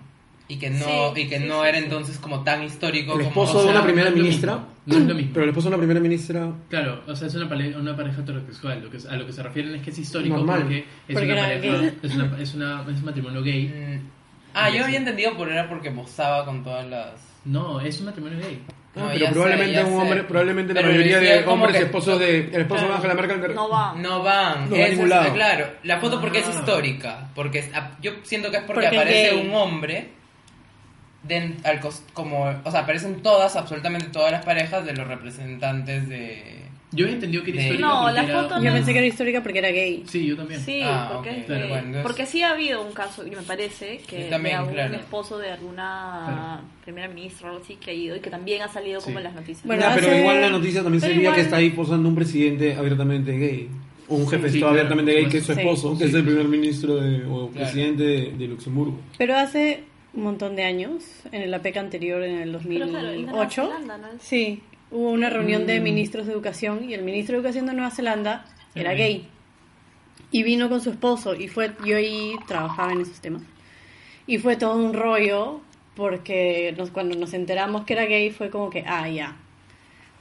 Y que no,
Sí,
y que
sí,
no
sí,
era
sí.
entonces como tan histórico
El
como...
esposo
o
de
sea,
una primera
no es lo
ministra.
mismo, No es lo mismo.
Pero el esposo de una primera ministra. ah,
Claro, o sea, es una, pale- una pareja heterosexual. Lo que, es- a lo que se refieren es que es histórico
Normal.
porque, es,
Porque
una
era
pareja,
gay.
es, una, es, una, es un matrimonio gay.
Mm. Ah, yo había entendido por era porque posaba con todas las...
No, es un matrimonio gay.
No,
Ah,
ya
pero
sé,
probablemente
ya
un
sé.
hombre, probablemente la
Pero
mayoría
decía
de
como
hombres
que-
esposos de el esposo
Claro.
de Angela Merkel
No va.
No van,
No va a
Ese
ningún
es-
lado.
claro. La foto porque es
Ah.
histórica, porque es- ah, yo siento que es porque,
Porque es
aparece
gay.
un hombre den- al cos- como, o sea, aparecen todas, absolutamente todas las parejas de los representantes de
Yo he entendido que era
De-
histórico.
No,
porque
la
era-
foto no
Yo pensé que era histórica porque era gay.
Sí, yo también.
Sí,
Ah,
porque,
ok.
es
Claro,
gay.
bueno, entonces-
porque sí ha habido un caso, y me parece, que
Yo también,
de algún
claro.
esposo de alguna primera ministra o algo así que ha ido y que también ha salido como
Sí.
en las noticias.
Bueno,
Ya, pero
hace-
igual la noticia también
pero
sería que
igual-
está ahí posando un presidente abiertamente gay. O un jefe de
sí,
Estado
claro,
abiertamente gay, que es su
sí.
esposo, que
Sí,
es el
sí,
primer ministro de- o
Claro.
presidente de, de Luxemburgo.
Pero hace un montón de años, en el APEC anterior, en el
Pero claro, en Nueva
2008,
Zelanda, ¿no?
sí, hubo una reunión de ministros de educación y el ministro de educación de Nueva Zelanda era
Sí.
gay. Y vino con su esposo y fue, yo ahí trabajaba en esos temas. Y fue todo un rollo porque nos- cuando nos enteramos que era gay fue como que, ah, ya.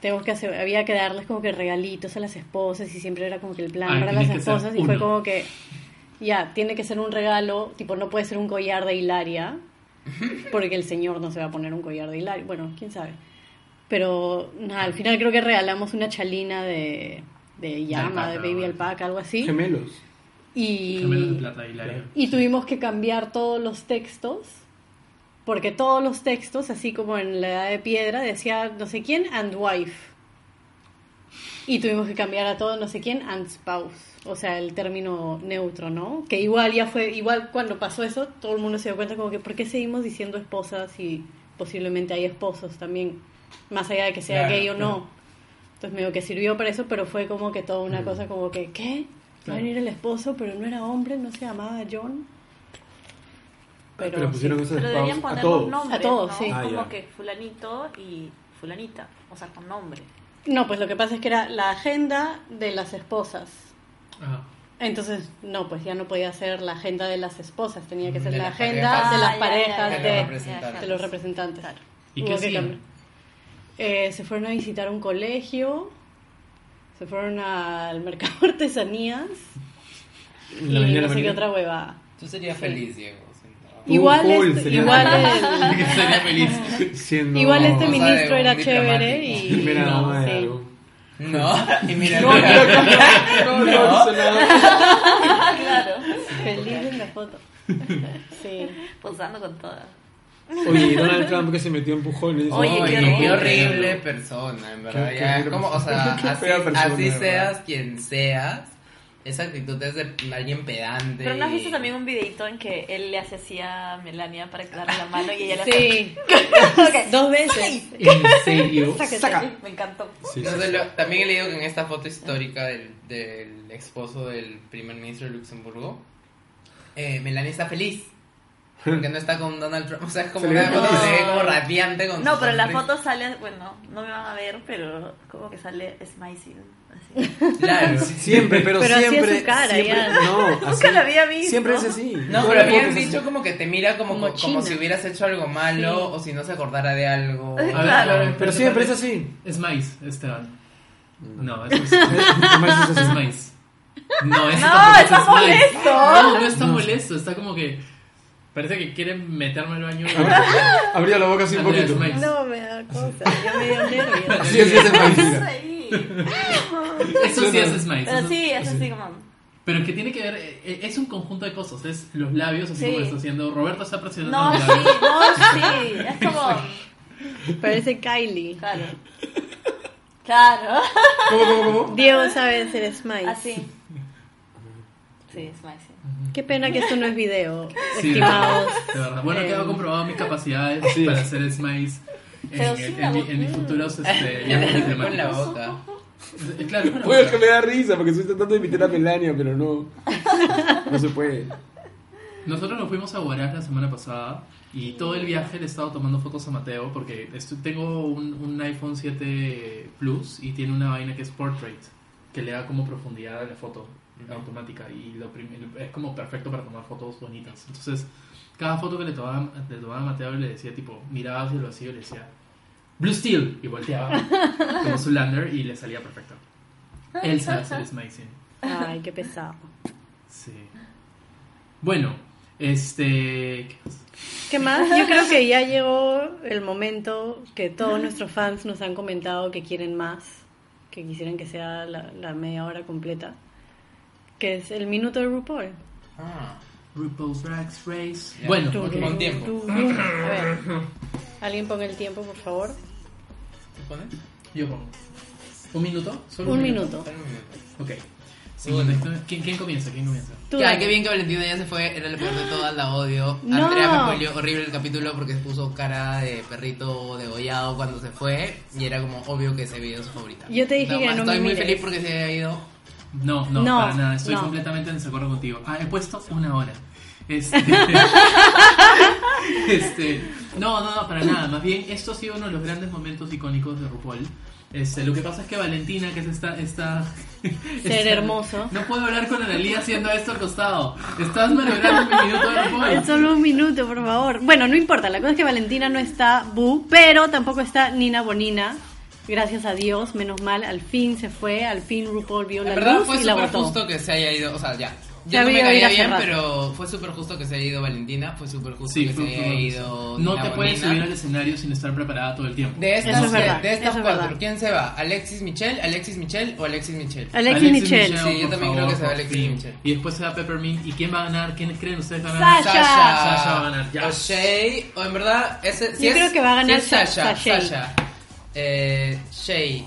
Tenemos que hacer, había que darles como que regalitos a las esposas y siempre era como que el plan
Ah, y
para
tenés
las
que ser
esposas y fue
uno.
como que ya, tiene que ser un regalo, tipo, no puede ser un collar de Hilaria, porque el señor no se va a poner un collar de Hilaria, bueno, quién sabe. Pero nada, al final creo que regalamos una chalina de, de llama,
alpaca,
de baby
¿no?
alpaca, algo así.
Gemelos.
Gemelos de
Y,
plata, Hilario.
y tuvimos que cambiar todos los textos, porque todos los textos, así como en la edad de piedra, decía no sé quién, and wife. Y tuvimos que cambiar a todo no sé quién, and spouse. O sea, el término neutro, ¿no? Que igual ya fue, igual cuando pasó eso, todo el mundo se dio cuenta como que, ¿por qué seguimos diciendo esposas y posiblemente hay esposos también? Más allá de que sea
Claro,
gay o
claro. Mm.
no. Entonces medio que sirvió para eso, pero fue como que toda una cosa como que, ¿qué? Va a
Claro.
venir el esposo, pero no era hombre, no se llamaba John.
Pero,
Pero,
pusieron esos
Pero deberían
spouse a
poner
todos.
los nombres,
A todos,
¿no?
sí.
Ah,
como
ya.
que fulanito y fulanita, o sea, con nombre.
sí. No, pues lo que pasa es que era la agenda de las esposas.
Ah,
Entonces, no, pues ya no podía ser la agenda de las esposas, tenía que ser
De
la
las
agenda
parejas.
de
Ah,
las
ya,
parejas
ya, ya,
de,
ya, representantes.
de los representantes.
Claro.
¿Y
Hubo
qué
que
hacían?
cambiar. Eh, se fueron a visitar un colegio, se fueron al mercado de artesanías
En
y
avenida
no sé qué
Avenida.
otra huevada.
Tú serías
Sí.
feliz, Diego. sentado.
Uh,
igual
cool,
este-
sería.
igual el-
Sería feliz.
Siendo-
Igual este
o sea,
ministro
de
era
un
chévere
diplomático.
y...
Primera
no,
dama de
sí.
algo.
No, y mira,
No,
mira.
no, no, no, no.
Ah, claro.
Feliz en la foto. Sí.
Posando con todas.
Oye, Donald Trump que se metió en pujones.
Oye,
Oye,
qué
qué,
horrible.
horrible persona, en verdad.
Qué-
ya,
qué
como, o sea,
persona. Qué
así,
fea persona,
así
de verdad.
seas quien seas, esa actitud es de alguien pedante.
Pero no has visto
y-
también un videito en que él le hace así a Melania para darle la mano y ella le hace.
Sí. Dos veces.
En serio.
Sáquese.
Saca.
Me encantó.
Sí,
No
sí,
sé,
sí.
lo- también he leído que en esta foto histórica del, del esposo del primer ministro de Luxemburgo, eh, Melania está feliz. Porque no está con Donald Trump. O sea, es como
Se le
una
ve
foto que se
feliz.
ve como radiante con
No,
su
pero en la
sonrisa.
¿Ah,
foto sale, bueno, no me van a ver, pero como que sale Smicing, así.
Lance.
Siempre, pero,
Pero así es
siempre.
su cara,
siempre-
ya.
No,
Nunca
así-
la había visto.
Siempre es así.
No,
Todo
pero
el
habían
podcast es
dicho
así.
como que te mira como,
Como
como,
china.
si hubieras hecho algo malo o si no se acordara de algo.
Ay,
A ver,
Claro.
a ver,
Pero siempre es
es,
así. Mm.
es maíz, Esteban. No, eso es, es,
Además, es así.
maíz. No, eso
No,
tampoco
está
es maíz.
molesto.
No, no está molesto, está como que. Parece que quiere meterme al baño.
A ver, Abría la boca así un
Andrea
poquito.
Smile.
No, me da cosa. Yo me dio nervios.
Así es, así es el maíz,
Es
mira.
ahí.
Eso sí es maíz.
Pero
eso-
sí, es así como.
Pero que tiene que ver, eh, eh, es un conjunto de cosas, es los labios, así
Sí.
como está haciendo, Roberto está presionando
No,
los
sí,
labios.
no, sí. Es como.
Parece Kylie.
Claro. Claro.
¿Cómo, cómo, cómo?
Diego sabe hacer smile.
Así. Sí, es más. sí.
Qué pena que esto no es video,
Sí, de
estimados.
verdad, de verdad. Bueno,
Eh,
que he comprobado mis capacidades
Sí.
para hacer smiles en,
Pero sí
en-
la
en mi-
bo-
en mis
mm.
futuros este, viajes
Con la
temáticos.
boca.
Eh, Claro, con la
Bueno, es que
boca.
me da risa porque estoy tratando de imitar a Melania, pero no. No se puede.
Nosotros nos fuimos a Huaraz la semana pasada y todo el viaje le he estado tomando fotos a Mateo porque estu- tengo un, un iPhone 7 Plus y tiene una vaina que es Portrait, que le da como profundidad a la foto automática y lo prim- es como perfecto para tomar fotos bonitas. Entonces, cada foto que le tomaba, le tomaba a Mateo le decía tipo, miraba hacia el vacío y le decía, Blue Steel, y volteaba como su lander y le salía perfecto. Él sabe hacer smizing.
Ay, qué pesado.
Sí. Bueno, este... ¿qué más?
¿Qué más? Yo creo que ya llegó el momento que todos nuestros fans nos han comentado que quieren más, que quisieran que sea la, la media hora completa, que es el minuto de RuPaul.
Ah,
RuPaul's Drag Race.
Ya.
Bueno,
Tú,
ok.
tú. Con tiempo.
A ver, alguien ponga el tiempo, por favor.
¿te pones?
yo pongo. ¿Un minuto? ¿Solo
Un minuto.
Dale un minuto.
Ok. Sí,
Bueno.
bueno, ¿quién, quién comienza? ¿Quién comienza?
Tú,
ya,
Dani.
qué bien que Valentina ya se fue, era el peor de todas, la odio.
No.
Andrea me spoileó horrible el capítulo porque puso cara de perrito degollado cuando se fue y era como obvio que ese video es su favorita.
Yo te dije
Nada
que
más,
no me
Estoy muy
mires.
feliz porque se haya ido.
No, no,
No,
para nada. Estoy
no.
completamente en desacuerdo contigo. Ah, he puesto una hora. Este, este, no, no, no, para nada. Más bien, esto ha sido uno de los grandes momentos icónicos de RuPaul. Este, lo que pasa es que Valentina, que es esta... esta esta-
hermoso.
No puedo hablar con Analia haciendo esto al costado. Estás malogrando mi minuto de RuPaul.
Es solo un minuto, por favor. Bueno, no importa, la cosa es que Valentina no está Bu, pero tampoco está Nina Bonina. Gracias a Dios, menos mal, al fin se fue, al fin RuPaul vio la
en verdad
luz
fue
y la
súper
botó.
justo que se haya ido, o sea, ya.
Ya
Ya no me
había ido
caía
hace
bien,
rato.
pero fue súper justo que se haya ido Valentina, fue súper justo
Sí,
que
fue
se
un
haya ido.
problema. No
Nina
te puedes
Bonina.
subir al escenario sin estar preparada todo el tiempo.
De estas,
Eso es verdad,
de estas
eso es
cuatro,
verdad.
¿quién se va? ¿Alexis Michel, Alexis Michel o Alexis Michel?
Alexis, Michel.
Michel. Sí, yo
por
también creo que se va
por
Alexis
fin.
Michel.
Y después se va Peppermint. ¿Y quién va a ganar? ¿Quiénes creen ustedes que van a
Sasha.
ganar?
Sasha.
Sasha va a ganar, ya.
O Shay, o en verdad, ese, si
Yo
es-
creo que va a ganar
si es
Sa-
Sasha,
Sashay.
Sasha, eh, Shay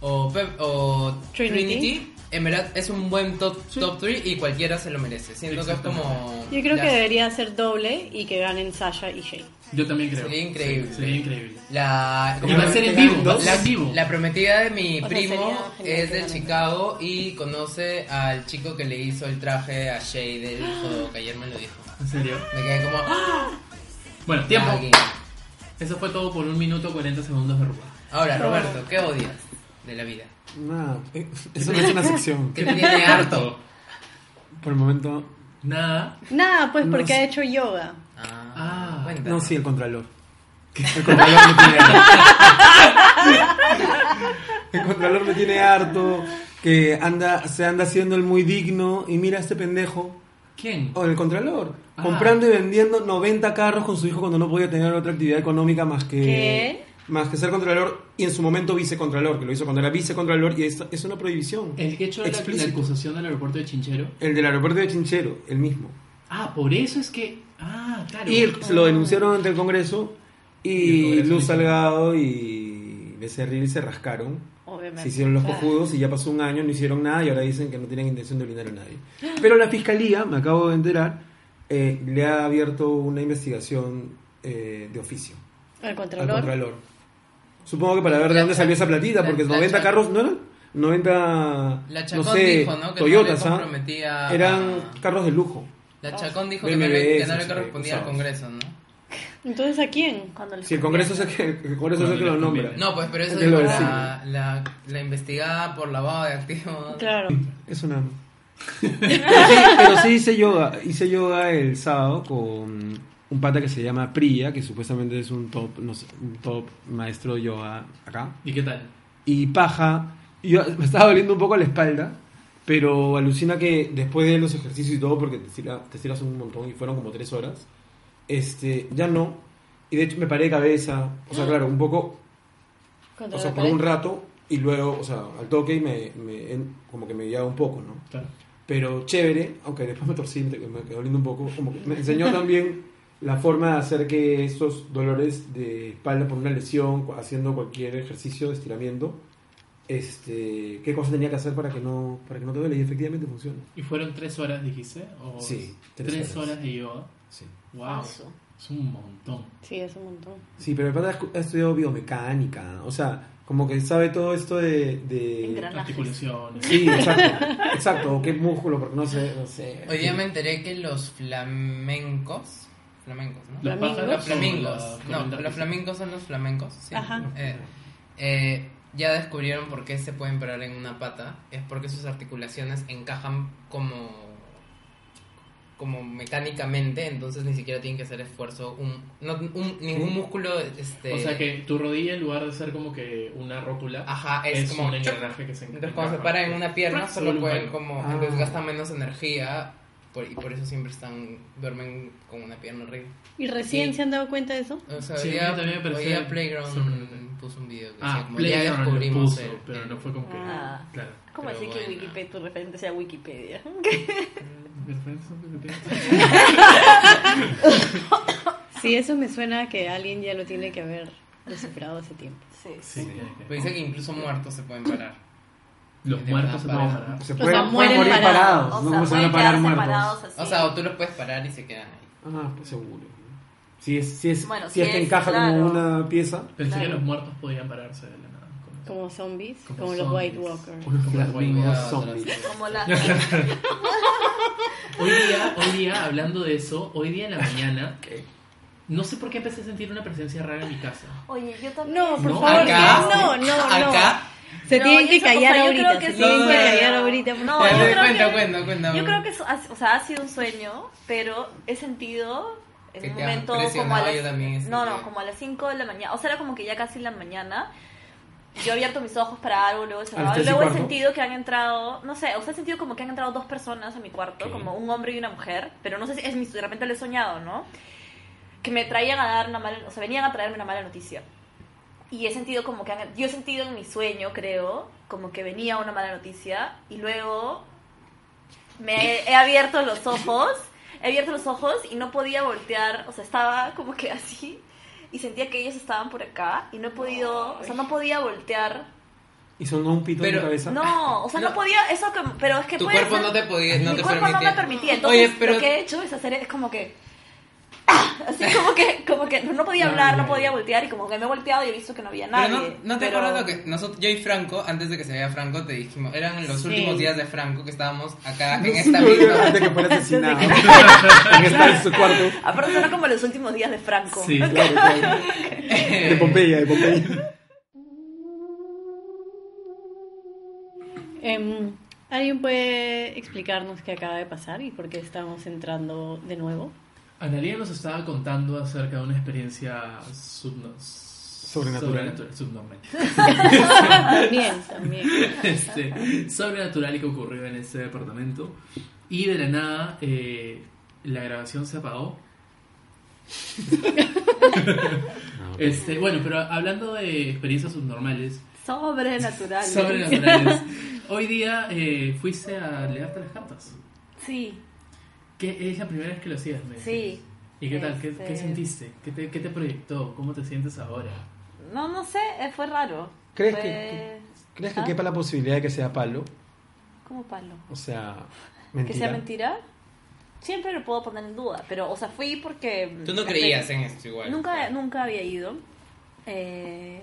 o, Pep- o
Trinity.
Trinity. en verdad es un buen top, top 3 y cualquiera se lo merece. Siento que es
Exactamente.
como...
Yo creo
la-
que debería ser doble y que ganen Sasha y Shay.
Yo también creo.
Sería increíble.
Sí, sería increíble.
La,
Y va a ser en vivo.
Dos.
va a ser en vivo.
La prometida de mi
O sea,
primo
sería genial
es de
que
Chicago y conoce al chico que le hizo el traje a Shay del juego, que ayer me lo dijo.
En serio.
Me quedé como... ¡Ah!
Bueno, tiempo.
Alguien.
Eso fue todo por un minuto 40 segundos de RuPaul.
Ahora, Roberto, ¿qué odias de la vida?
Nada. eh, Eso no es una sección.
¿Qué te tiene harto?
Por el momento.
Nada.
Nada, pues
No
porque
sé.
ha hecho yoga.
Ah,
Ah,
cuenta.
No, sí, el Contralor. El Contralor me tiene harto. El Contralor me tiene harto. Que anda, se anda haciendo el muy digno. Y mira a este pendejo.
¿Quién?
O el Contralor.
Ah.
Comprando y vendiendo 90 carros con su hijo cuando no podía tener otra actividad económica más que.
¿Qué?
Más que ser Contralor y en su momento Vicecontralor, que lo hizo cuando era Vicecontralor y es, es una prohibición.
El que echó la, la
Explícito.
acusación del aeropuerto de Chinchero.
El del aeropuerto de Chinchero, el mismo.
Ah, por eso es que. Ah, claro.
Y se lo denunciaron ante el Congreso
Y el
y
Congreso
Luz
dijo-
Salgado y Becerril se rascaron.
Obviamente.
Se hicieron los cojudos y ya pasó un año, no hicieron nada y ahora dicen que no tienen intención de blindar a nadie. Pero la fiscalía, me acabo de enterar, eh, le ha abierto una investigación eh, de oficio
Al
al
contralor.
Contralor. Supongo que para ver de dónde salió esa platita,
La-
porque
la
90
cha-
carros no eran 90,
La
no
Chacón
sé,
dijo, ¿no? Que
Toyotas,
no le
¿ah?
comprometía a-
Eran carros de lujo.
La Chacón dijo que,
BMWs,
no le- que no le
no sé qué,
correspondía al
usados.
Congreso, ¿no?
Entonces, ¿a quién?
Cuando les
Si el Congreso es
conviene.
el que, el Congreso es el que lo nombra.
No, pues, pero eso
Que lo
es
decimos.
la, la, la investigada por lavado de activos.
Claro.
Eso nada más. pero, sí, pero sí hice yoga. Hice yoga el sábado con un pata que se llama Priya, que supuestamente es un top, no sé, un top maestro de yoga acá.
¿Y qué tal?
y paja. Y yo- me estaba doliendo un poco la espalda, pero alucina que después de los ejercicios y todo, porque te, estira- te estiras un montón y fueron como tres horas, este, ya no. Y de hecho me paré de cabeza, o sea, claro, un poco,
Contra
o sea,
la
por
pared.
un rato y luego, o sea, al toque y me, me- en- como que me guiaba un poco, ¿no?
Claro.
Pero chévere, aunque después me torcí, me me quedó lindo un poco, como que me enseñó también la forma de hacer que esos dolores de espalda por una lesión, cu- haciendo cualquier ejercicio de estiramiento, este, qué cosa tenía que hacer para que no, para que no te duele y efectivamente funciona.
¿Y fueron tres horas, dijiste? ¿O
Sí, tres
tres,
horas.
horas. de yoga.
Sí,
¡Wow!
Asu.
Es un montón.
Sí, es un montón.
sí pero el pata ha escu- ha estudiado biomecánica, o sea, como que sabe todo esto de... de-
Engranajes.
Articulaciones.
Sí, exacto, exacto, o qué músculo, porque no sé, no sé.
Hoy día me enteré que los flamencos. Flamencos, ¿no?
¿Los
Flamingos.
pájaros?
Los
o
flamingos.
las
No,
tormentas?
los flamencos son los flamencos. Sí.
Ajá.
Eh, eh, ya descubrieron por qué se pueden parar en una pata. Es porque sus articulaciones encajan como como mecánicamente, entonces ni siquiera tienen que hacer esfuerzo, un, no, un- ningún músculo, este...
O sea que tu rodilla, en lugar de ser como que una rótula,
Ajá, es,
es,
como
un
choc.
engranaje que se
Entonces cuando se para en una pierna
Se
solo
vuelve
pueden
un
como
Ah.
les gasta menos energía por- y por eso siempre están duermen con una pierna arriba.
¿Y recién
Sí.
se han dado cuenta de eso?
O sea,
Sí, a
hoy día,
mí también me pareció
hoy día Playground
sorprendente.
puso un video que decía
Ah,
como ya
Playground lo
descubrimos
puso,
el-
pero
el-
no fue como que...
Ah.
Claro.
¿Cómo
Pero
decir que
bueno.
Wikipedia, tu referente sea Wikipedia?
Sí, eso me suena a que alguien ya lo tiene que haber descifrado hace tiempo.
Sí.
Sí, tiene que-
Pero dice que incluso muertos se pueden parar.
Los
de
muertos se
verdad,
pueden
para-
parar.
Se
O
pueden,
sea,
pueden
mueren
morir
parados.
parados,
O
no
sea,
¿Cómo se van
pueden
a parar
quedarse
muertos.
parados así.
O sea, o tú los puedes parar y se quedan ahí.
Ah, pues seguro. Si es, si es,
Bueno,
si
si
es que
es,
encaja
claro.
como una pieza.
Pensé
Claro.
que los muertos podían pararse de la nada. con eso.
Como zombies, como,
Como
los White
zombies.
Walkers.
Pues,
Uy, como los White
Flamingos
Walkers.
Cuidado,
zombies.
atrás.
Como las...
Hoy día, hoy día, hablando de eso, hoy día en la mañana, no sé por qué empecé a sentir una presencia rara en mi casa.
Oye, yo también...
No, por
No,
favor,
acá,
no, no, no.
Acá.
Se
No,
tienen
yo
que
creo- o
callar
sea, yo
ahorita,
creo que
se
sí.
tienen que
No, no,
callar
no.
ahorita. por
No,
favor.
Ya,
yo creo
cuenta,
que-
cuenta, cuenta.
Yo creo que eso, ha- o sea, ha sido un sueño, pero he sentido en
Que
un
te han
momento como
presionado,
a
yo
las,
también he
no, no,
sentido.
como a las 5 de la mañana, o sea, era como que ya casi la mañana. Yo he abierto mis ojos para algo, luego he cerrado, y
tres y
luego he
cuarto.
sentido que han entrado, no sé, o sea, he sentido como que han entrado dos personas a mi cuarto, como un hombre y una mujer, pero no sé si es mi, de repente lo he soñado, ¿no? Que me traían a dar una mala, o sea, venían a traerme una mala noticia. Y he sentido como que han- yo he sentido en mi sueño, creo, como que venía una mala noticia y luego me he, he abierto los ojos, he abierto los ojos y no podía voltear, o sea, estaba como que así y sentía que ellos estaban por acá y no he podido, o sea, no podía voltear.
Y sonó un pito en
Pero-
mi cabeza.
No, o sea, no,
No.
podía, eso como- pero es que
Tu
puede
cuerpo
ser-
no te podía, no
mi
te
cuerpo
permitía.
no me permitía, entonces
Oye, pero
lo que he hecho es hacer es como que así como que como que no podía
No,
hablar,
no,
no,
no.
podía voltear y como que me he volteado y he visto que no había
Pero
nadie.
no, no te
pero-
acuerdas lo que nosotros, yo y Franco, antes de que se vea Franco, te dijimos, eran los
Sí.
últimos días de Franco que estábamos acá en
Sí,
esta misma.
Antes que fuera asesinado.
Antes
en estar en su cuarto.
Aparte son como los últimos días de Franco.
Sí,
Claro, claro. De Pompeya, de Pompeya.
Em, ¿Alguien puede explicarnos qué acaba de pasar y por qué estamos entrando de nuevo?
Analia nos estaba contando acerca de una experiencia subno-
Sobrenatural.
sobrenatu- subnormal.
También, también.
Este, sobrenatural que ocurrió en ese departamento. Y de la nada, eh, la grabación se apagó. Este, bueno, pero hablando de experiencias subnormales,
Sobrenatural.
sobrenaturales, hoy día eh, fuiste a leerte las cartas.
Sí,
Que es la primera vez que lo hacías, me
sí.
decías. ¿Y qué tal? ¿Qué,
Este-
qué sentiste? ¿Qué te, qué te proyectó? ¿Cómo te sientes ahora?
No, no sé, eh, fue raro.
¿Crees
Fue-
que- ¿Crees que
¿Ah?
quepa la posibilidad de que sea palo?
¿Cómo palo?
O sea,
¿Que
mentira.
sea mentira? Siempre lo puedo poner en duda, pero, o sea, fui porque...
Tú no creías en esto igual.
Nunca, nunca había ido. eh,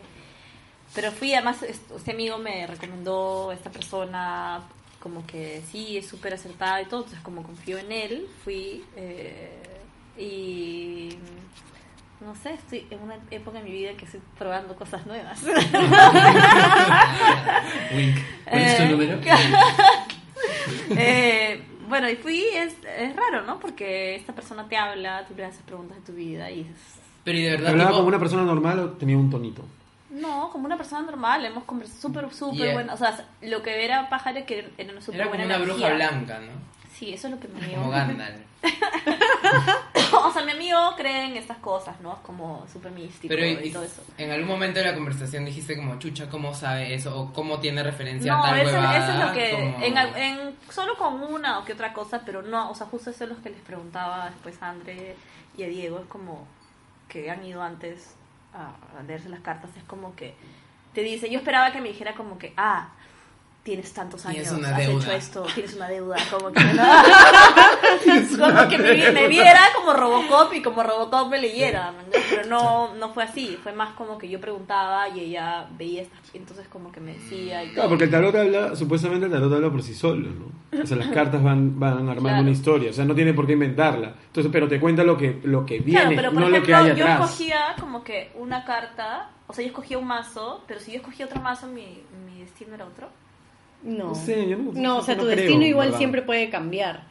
pero fui, además, est- este amigo me recomendó esta persona, como que sí, es súper acertada y todo, entonces como confío en él, fui eh, y No sé, estoy en una época de mi vida que estoy probando cosas nuevas.
Wink. ¿Cuál es tu
Eh,
número?
Eh, bueno, y fui, es, es raro, ¿no? Porque esta persona te habla, tú le haces preguntas de tu vida y dices,
Pero y de verdad,
¿Hablaba
tipo,
como una persona normal o tenía un tonito?
no, como una persona normal, hemos conversado súper, súper
Yeah.
buena. O sea, lo que era pájaro que era- era una súper
era como
buena
una
energía.
bruja blanca, ¿no?
Sí, eso es lo que me
Como
dio.
Gandalf.
o sea, mi amigo cree en estas cosas, ¿no? Es como súper místico
Pero
y,
y-
todo eso.
en algún momento de la conversación dijiste como, chucha, ¿cómo sabe eso? ¿O cómo tiene referencia a
No,
tal
eso,
huevada?
eso es lo que...
Como-
En, al- en- solo con una o que otra cosa, pero no, o sea, justo eso es lo que les preguntaba después a André y a Diego, es como que han ido antes a, a leerse las cartas, es como que te dice, yo esperaba que me dijera como que, ah, tienes tantos años,
Tienes una
has
deuda.
hecho esto, tienes una deuda, como que... como que me, vi- me viera como Robocop y como Robocop me leyera, ¿me entiendes? pero no, no fue así, fue más como que yo preguntaba y ella veía estas, entonces como que me decía y todo.
Claro, porque el tarot habla, supuestamente el tarot habla por sí solo, ¿no? O sea, las cartas van, van armando
Claro.
una historia, o sea, no tiene por qué inventarla. Entonces, pero te cuenta lo que, lo que viene,
claro, pero por
no lo que
ejemplo,
hay
yo
atrás.
escogía como que una carta, o sea, yo escogía un mazo, pero si yo escogía otro mazo, mi, mi destino era otro.
No.
No sé, yo no-
No, o sea,
no
tu
creo,
destino igual
¿verdad?
siempre puede cambiar.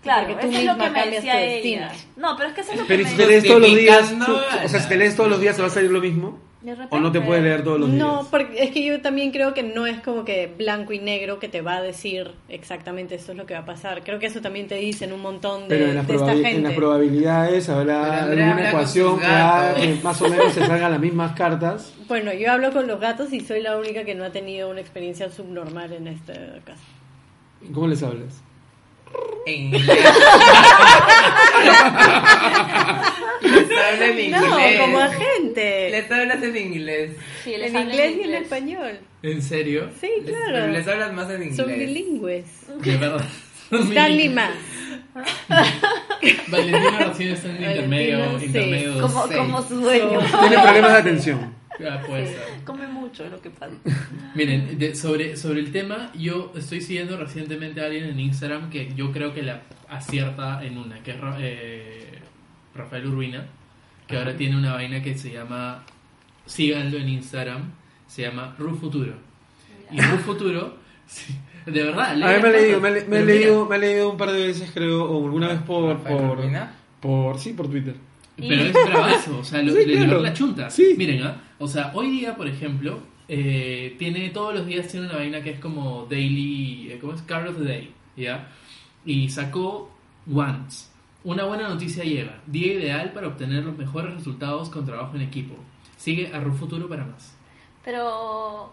Claro,
Porque tú
eso es lo
misma
que me
cambias
decía
tu
ella.
destino.
No, pero es que eso es lo que
Pero
me
si te lees todos los días, tú-
Justificando
o sea, si te
la-
lees todos los días, ¿se va a salir lo mismo?
De repente.
¿O no te puedes leer todos los días?
No, porque es que yo también creo que no es como que blanco y negro que te va a decir exactamente esto es lo que va a pasar. Creo que eso también te dicen un montón de,
Pero en las,
de esta
probabil- en
gente.
las probabilidades
Pero
habrá
Andrea
alguna
habla con
ecuación
sus
que haga
gatos.
que más o menos se salgan las mismas cartas.
Bueno, yo hablo con los gatos y soy la única que no ha tenido una experiencia subnormal en este caso.
¿Y ¿Cómo les hablas?
En inglés. Les habla en
No,
inglés.
como agente.
Les hablas en inglés.
Sí, les
En
hablo
inglés y en español.
¿En serio?
Sí,
Les-
claro.
Les hablas más en inglés.
Son bilingües.
De verdad.
Stanley más.
Valentina recién está en intermedio.
Valentina, sí.
intermedio
Como,
seis.
como su dueño.
Tiene problemas de atención.
Ah, puede ser.
Come mucho, es lo que pasa.
Miren, de- sobre, sobre el tema, yo estoy siguiendo recientemente a alguien en Instagram que yo creo que la acierta en una, que es Ra- eh, Rafael Urbina, que ahora tiene una vaina que se llama, síganlo en Instagram, se llama Ru Futuro. Y Ru Futuro, sí, de verdad,
A
lean
ver, me he
cosas.
leído, me, he- me he
Pero
leído, me he leído un par de veces, creo, o alguna vez por...
Rafael
por,
Urbina.
por- sí, por Twitter.
Pero es bravazo, o sea, lo,
Sí,
le- le
claro.
da la chunta.
Sí.
Miren, ¿ah? O sea, hoy día, por ejemplo, eh, tiene todos los días tiene una vaina que es como Daily, eh, ¿cómo es? Card of the Day, ¿ya? Y sacó Once. Una buena noticia lleva, día ideal para obtener los mejores resultados con trabajo en equipo. Sigue a Rufuturo Futuro para más.
Pero.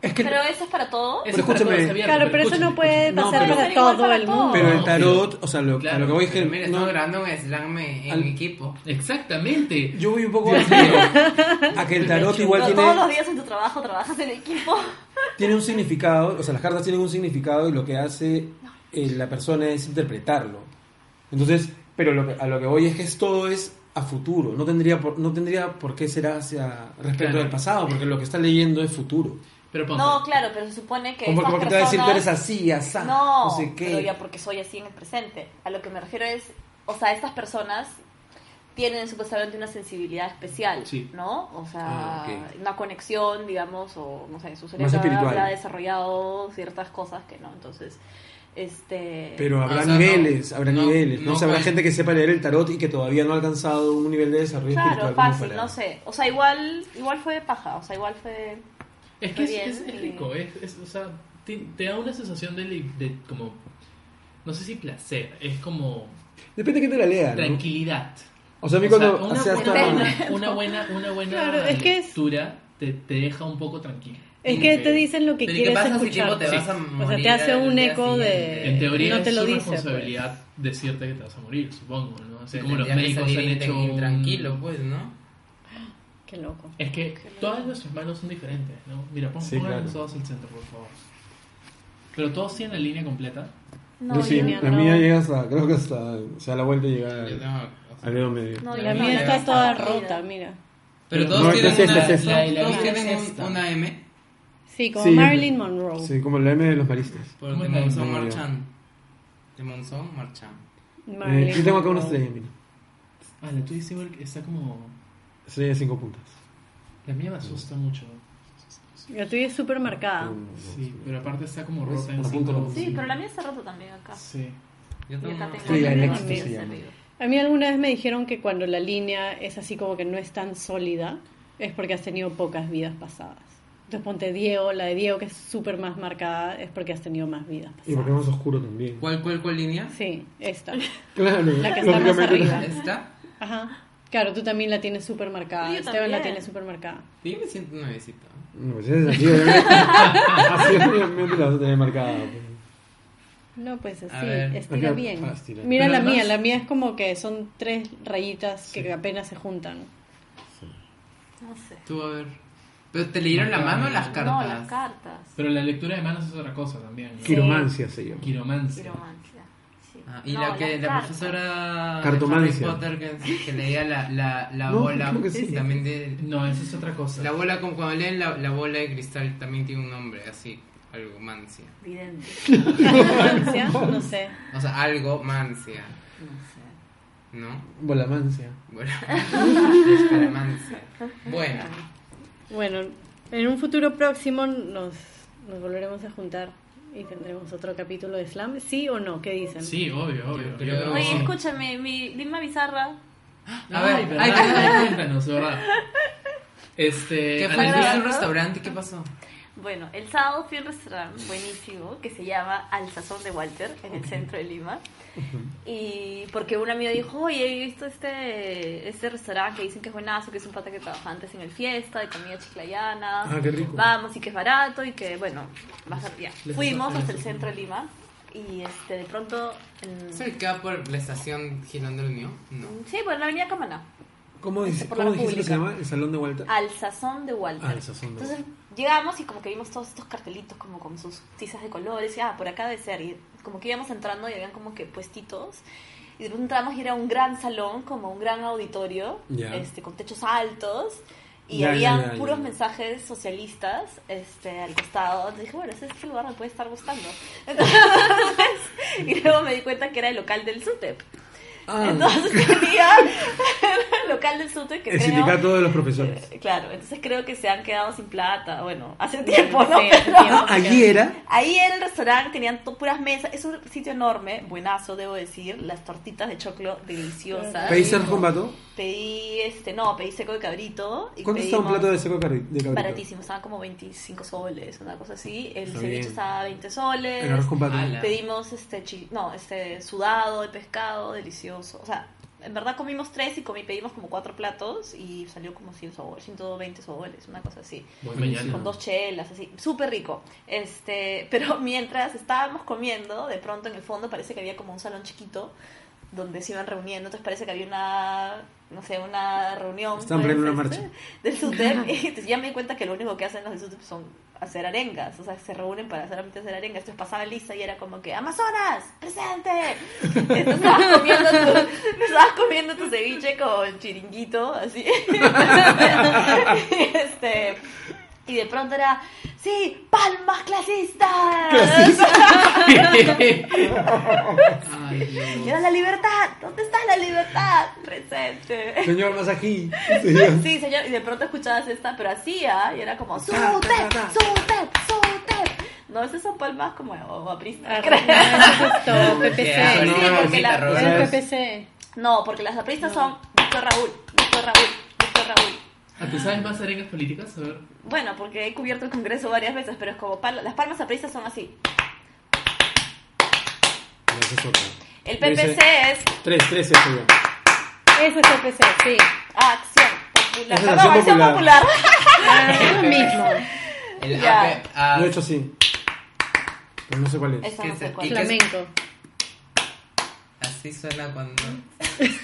Es que...
Pero eso es para todo.
Eso es para
escúchame.
todos, Javier,
Claro, pero eso no
escúchame,
puede
escúchame.
No,
pasar
pero-
para
Pero igual
todo
para
el
todo.
mundo.
Pero el
No,
tarot, o sea, lo, a
Claro,
lo que voy es que...
Pero mira,
no-
estamos grabando un slam en
Al-
equipo.
Exactamente.
yo voy un poco al tiro, a que el tarot igual
Pero
tiene...
Todos los días en tu trabajo trabajas en equipo.
tiene un significado, o sea, las cartas tienen un significado y lo que hace eh, la persona es interpretarlo. Entonces, pero lo que- a lo que voy es que esto es a futuro, no tendría por, no tendría por qué ser hacia respecto
Claro.
del pasado, porque lo que está leyendo es futuro.
Pero ponte.
No, claro, pero se supone que.
Como
estas
como que te va a decir tú
personas-
eres así, asá,
No,
no, sé
pero
qué.
ya porque soy así en el presente. A lo que me refiero es, o sea, estas personas tienen supuestamente una sensibilidad especial,
Sí.
¿no? O sea,
Ah, ok.
una conexión, digamos, o no sé, su cerebro
espiritual.
habrá desarrollado ciertas cosas que no, entonces, este...
Pero habrá
O sea, no,
niveles, habrá
no,
niveles, ¿no?
no
O sea, habrá
cual-
gente que sepa leer el tarot y que todavía no ha alcanzado un nivel de desarrollo espiritual.
Claro,
como
fácil,
para-
no sé. O sea, igual, igual fue paja, o sea, igual fue...
Es que es,
Está
es-
bien,
es
y-
rico, es, es- o sea, te, te da una sensación de, li- de como, no sé si placer, es como
Depende de quién te la lea, ¿no?
tranquilidad.
O sea, a mí
O
cuando
sea, una,
hacía esta-
buena, una buena, una buena
Claro, es que es-
lectura te, te deja un poco tranquilo.
Es que te dicen lo que
Pero ¿y qué
quieres
pasa si,
escuchar.
tipo, te vas a
o sea,
morir
te hace
al
un
día
eco de...
siguiente?
En teoría
no te
es
lo
su
dice, pues.
responsabilidad decirte que te vas a morir, supongo, ¿no? Así
Te
como los
tendrías que
médicos
salir
han hecho... un-
Tranquilo, pues, ¿no?
pues. Qué loco.
Es que todas nuestras manos son diferentes, ¿no? Mira, pon,
Sí,
pongan
claro.
los dedos al centro, por favor. Pero todos tienen la línea completa.
No,
Yo sí,
mía
la
no.
mía llega hasta, creo que hasta, o sea, la vuelta llega
Yo
al-
tengo- o sea,
al dedo medio.
no,
La
yo
mía
no,
está
yo
toda
estaba jodida.
rota, mira.
Pero
No,
todos
es que
tienen
es esta,
una,
es esta.
la- la- todos
Es
tienen un-
esta.
una M.
Sí, como
Sí,
Marilyn Monroe.
Sí, como la M de los maristas.
Por
¿Cómo
de
es la M?
Monzón
No, yo-
Marchán. De Monzón Marchán.
Marilyn
Eh, yo tengo acá una
Monroe.
estrella, mira.
Ah, la tuya sí, igual que- está como...
Sí, de cinco puntas.
La mía me asusta mucho.
La tuya es súper marcada.
Uno, dos,
Sí,
tres.
pero aparte está como
Pues,
rota en
por punto,
cinco.
¿no?
Sí, pero la mía está rota también acá.
Sí.
Yo
Y acá
tengo
tengo
Sí,
la
el
mía
éxito se
también
llama.
servido.
A mí alguna vez me dijeron que cuando la línea es así como que no es tan sólida, es porque has tenido pocas vidas pasadas. Entonces ponte Diego, la de Diego que es súper más marcada, es porque has tenido más vidas
Y porque
pasadas.
es más oscuro también.
¿Cuál, cuál, cuál línea?
Sí, esta.
Claro,
La que está más
lógicamente
arriba.
no.
¿Esta?
Ajá. Claro, tú también la tienes súper marcada.
Yo
Esteban la
también.
tiene súper marcada.
Yo me siento nuevecito.
No, pues ese es así, obviamente. Así obviamente la vas a tener marcada. pues.
No, pues
A
así,
ver.
estira
Acá,
bien.
ah,
¿eh?
estira.
Mira
Pero
la
además-
mía, la mía es como que son tres rayitas que apenas se juntan.
No sé.
Tú, a ver. ¿Pero te leyeron la mano o las
No,
cartas?
las cartas.
Pero la lectura de manos es otra cosa también. ¿no?
Quiromancia se llama.
Quiromancia.
Piromancia. Sí.
Ah, y
No,
la que
las
la
cartas.
profesora de
Cartomancia.
Harry Potter que, que leía la, la, la
No,
bola
creo que sí.
también de
No, eso es otra cosa.
la bola como cuando leen la, la bola de cristal también tiene un nombre así algo mancia
Vidente.
Rayimancia, no sé.
o sea algo mancia
No sé.
no
Volamancia.
bueno es para mancia bueno
Bueno, en un futuro próximo nos, nos volveremos a juntar y tendremos otro capítulo de Slam. ¿Sí o no? ¿Qué dicen?
Sí, obvio, obvio.
Yo creo que
Yo-
sí.
Oye, escúchame, mi Lima Bizarra.
a
A
ver
ver,
ay,
cuéntanos, de ¿verdad? Este.
¿qué fue
Ana-
¿Fuiste a un
grabando?
Eh, restaurante qué pasó
Bueno, el sábado fui a un restaurante buenísimo que se llama Al Sazón de Walter en el centro de Lima. Y porque un amigo dijo, oye, he visto este, este restaurante que dicen que es buenazo, que es un pata que trabaja antes en el fiesta, de comida chiclayana.
Ah, qué rico.
Vamos, y que es barato, y que bueno, vas a ya.
les
Fuimos
hace-
hasta el
les-
centro de Lima y este, de pronto... en-
¿Se queda por la estación Girando el Unión? No.
Sí, bueno, la avenida Camaná.
¿Cómo, dice,
Por
¿cómo
la
dijiste que se
pública.
llama? El salón de Walter.
Ah.
Al Sazón de Walter.
Al Sazón de
Entonces llegamos y como que vimos todos estos cartelitos como con sus tizas de colores y ah, por acá de ser. Y como que íbamos entrando y habían como que puestitos. Y después entramos y era un gran salón, como un gran auditorio,
Ya.
este, con techos altos. Y
Ya, ya,
habían
ya, ya,
puros
ya.
mensajes socialistas este, al costado. Entonces dije, bueno, ese es el lugar me puede estar gustando. Entonces, y luego me di cuenta que era el local del SUTEP.
Ah,
Entonces tenía el local del SUTEP que
el
creo-
sindicato de los profesores.
eh, Claro, entonces creo que se han quedado sin plata, bueno, hace tiempo, ¿no?
Sí, hace
Pero
tiempo.
Ah, allí era.
Ahí era el restaurante, tenían to- puras mesas, es un sitio enorme, buenazo, debo decir, las tortitas de choclo deliciosas.
¿Pedís el combato?
Pedí, este, no, pedí seco de cabrito. Y
¿Cuánto está un
pedimos-
plato de seco de cabri- de cabrito?
Baratísimo, estaban como 25 soles, una cosa así. El
Está
ceviche
bien.
estaba 20 soles.
El arroz con pato.
Ala.
Pedimos este chi- no, este sudado de pescado, delicioso. O sea, en verdad comimos tres y comí, pedimos como cuatro platos y salió como 100 soles, 120 soles, una cosa así.
Voy mañana.
Con dos chelas, así, súper rico. Este, pero mientras estábamos comiendo, de pronto en el fondo parece que había como un salón chiquito donde se iban reuniendo, entonces parece que había una, no sé, una reunión.
Estaban
pues,
poniendo una
este,
marcha.
Del SUTEP, y entonces ya me di cuenta que lo único que hacen los del SUTEP son hacer arengas, o sea, se reúnen para solamente hacer arengas, entonces pasaba lista y era como que, ¡Amazonas, presente! Entonces estabas comiendo tu, estabas comiendo tu ceviche con chiringuito, así. este... Y de pronto era, sí, palmas clasistas.
Ay, Dios.
Y era la libertad. ¿Dónde está la libertad? Presente.
Señor, más aquí.
Sí, señor. Y de pronto escuchabas esta, pero hacía. Y era como, sute,
ta.
sute, sute. No, esas son palmas como guapristas.
Ah, no, eso es
qué
esto,
asco,
PPC.
no,
Sí,
no,
porque
sí,
la-
Rosa.
el PPC.
No, porque las guapristas son Víctor Raúl, Víctor Raúl, Víctor Raúl.
Ah, ¿Tú sabes más arengas políticas? A ver.
Bueno, porque he cubierto el Congreso varias veces, pero es como, pal- las palmas apristas son así.
No, esa es otra.
El
Debe ser-
PPC es
Tres, tres, eso ya.
Eso es PPC, sí.
Acción Popular.
Esa es
Perdón,
Acción
Acción
Popular.
Popular.
Ah, es lo mismo.
El
Ya.
AP, ah,
Yo he hecho así. Pero no sé cuál es.
Esa no
¿Qué
sé
es?
cuál.
¿Y qué es?
Flamenco.
así suena cuando
Está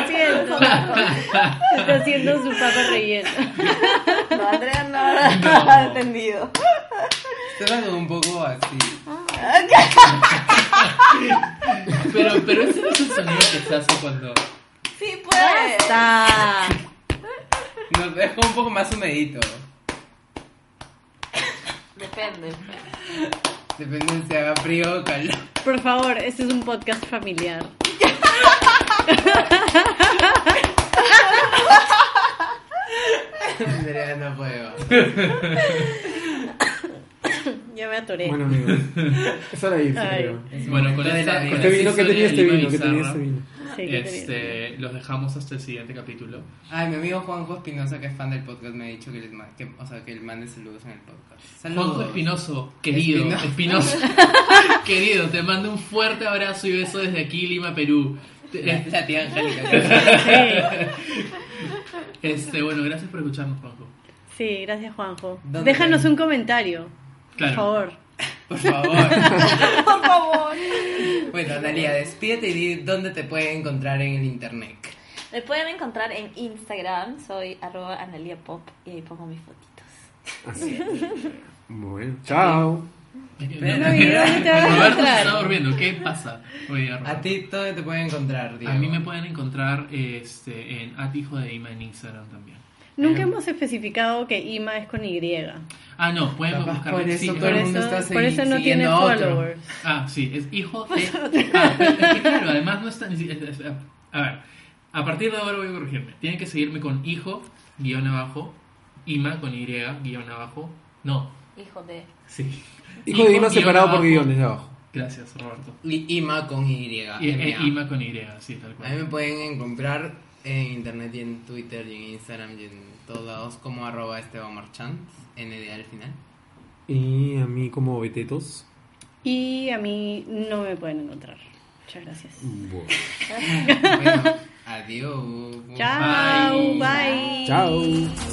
haciendo. Está haciendo su papa relleno.
No, Andrea no, no, ha entendido.
suena como un poco así
Pero, pero ese no es el sonido que se hace cuando.
Sí, pues.
Está.
nos deja un poco más humedito
Depende.
Depende de si haga frío o calor.
Por favor, este es un podcast familiar.
Andrea, no puedo.
Ya me atoré.
Bueno, amigos. Esa era ahí.
Ay.
creo.
Bueno, con
Lo de
esta-
la-
con
la
¿Qué vino? ¿Qué
historia
tenía
de
este
Lima
vino? ¿Qué tenía
Bizarra,
este vino?
Sí, que tenía-
Este, los dejamos hasta el siguiente capítulo.
Ay, mi amigo Juanjo Espinosa, que es fan del podcast, me ha dicho que, les ma- que, o sea, que él mande saludos en el podcast. Saludos.
Juanjo Espinoso, querido, Espinoso, querido, te mando un fuerte abrazo y beso desde aquí, Lima, Perú.
La,
Te-
la tía Angélica.
Este, bueno, gracias por escucharnos, Juanjo.
Sí, gracias Juanjo.
¿Dónde
Déjanos
está?
un comentario, por
Claro.
favor.
Por favor.
Por favor.
Bueno, Analia, despídete y di dónde te pueden encontrar en el internet.
Me pueden encontrar en Instagram, soy arroba Analia Pop y ahí pongo mis fotitos.
Bueno, chao.
Bueno, ¿y dónde te vas a
Roberto se
encontrar?
está durmiendo. ¿Qué pasa? Oye, Roberto.
A ti, ¿dónde te pueden encontrar, Diego?
A mí me pueden encontrar este, en Atijo de Ima en Instagram también.
Nunca
Eh.
hemos especificado que Ima es con Y.
Ah, no, pueden
Capaz
buscar.
por eso
sí,
todo
Por
el
ah,
mundo
eso,
está segui-
por eso no tiene
siguiendo a otro.
followers.
Ah, sí, es hijo de. Ah, pero es que claro, además no está. ni si- es- es- A ver, a partir de ahora voy a corregirme. Tienen que seguirme con hijo, guión abajo, Ima con Y, guión abajo. No,
Hijo de.
sí.
Hijo de Ima
guión
separado por
abajo.
guiones de abajo.
Gracias, Roberto.
Y Ima con Y.
Y, e-
MA.
Ima con Y, sí, tal
A mí me
cual.
pueden encontrar en internet y en Twitter y en Instagram y en todos lados como arroba Esteban Marchand, ND al final.
Y a mí como betetos.
Y a mí no me pueden encontrar. Muchas gracias.
Bueno, adiós.
Chao,
Bye.
bye.
Chao.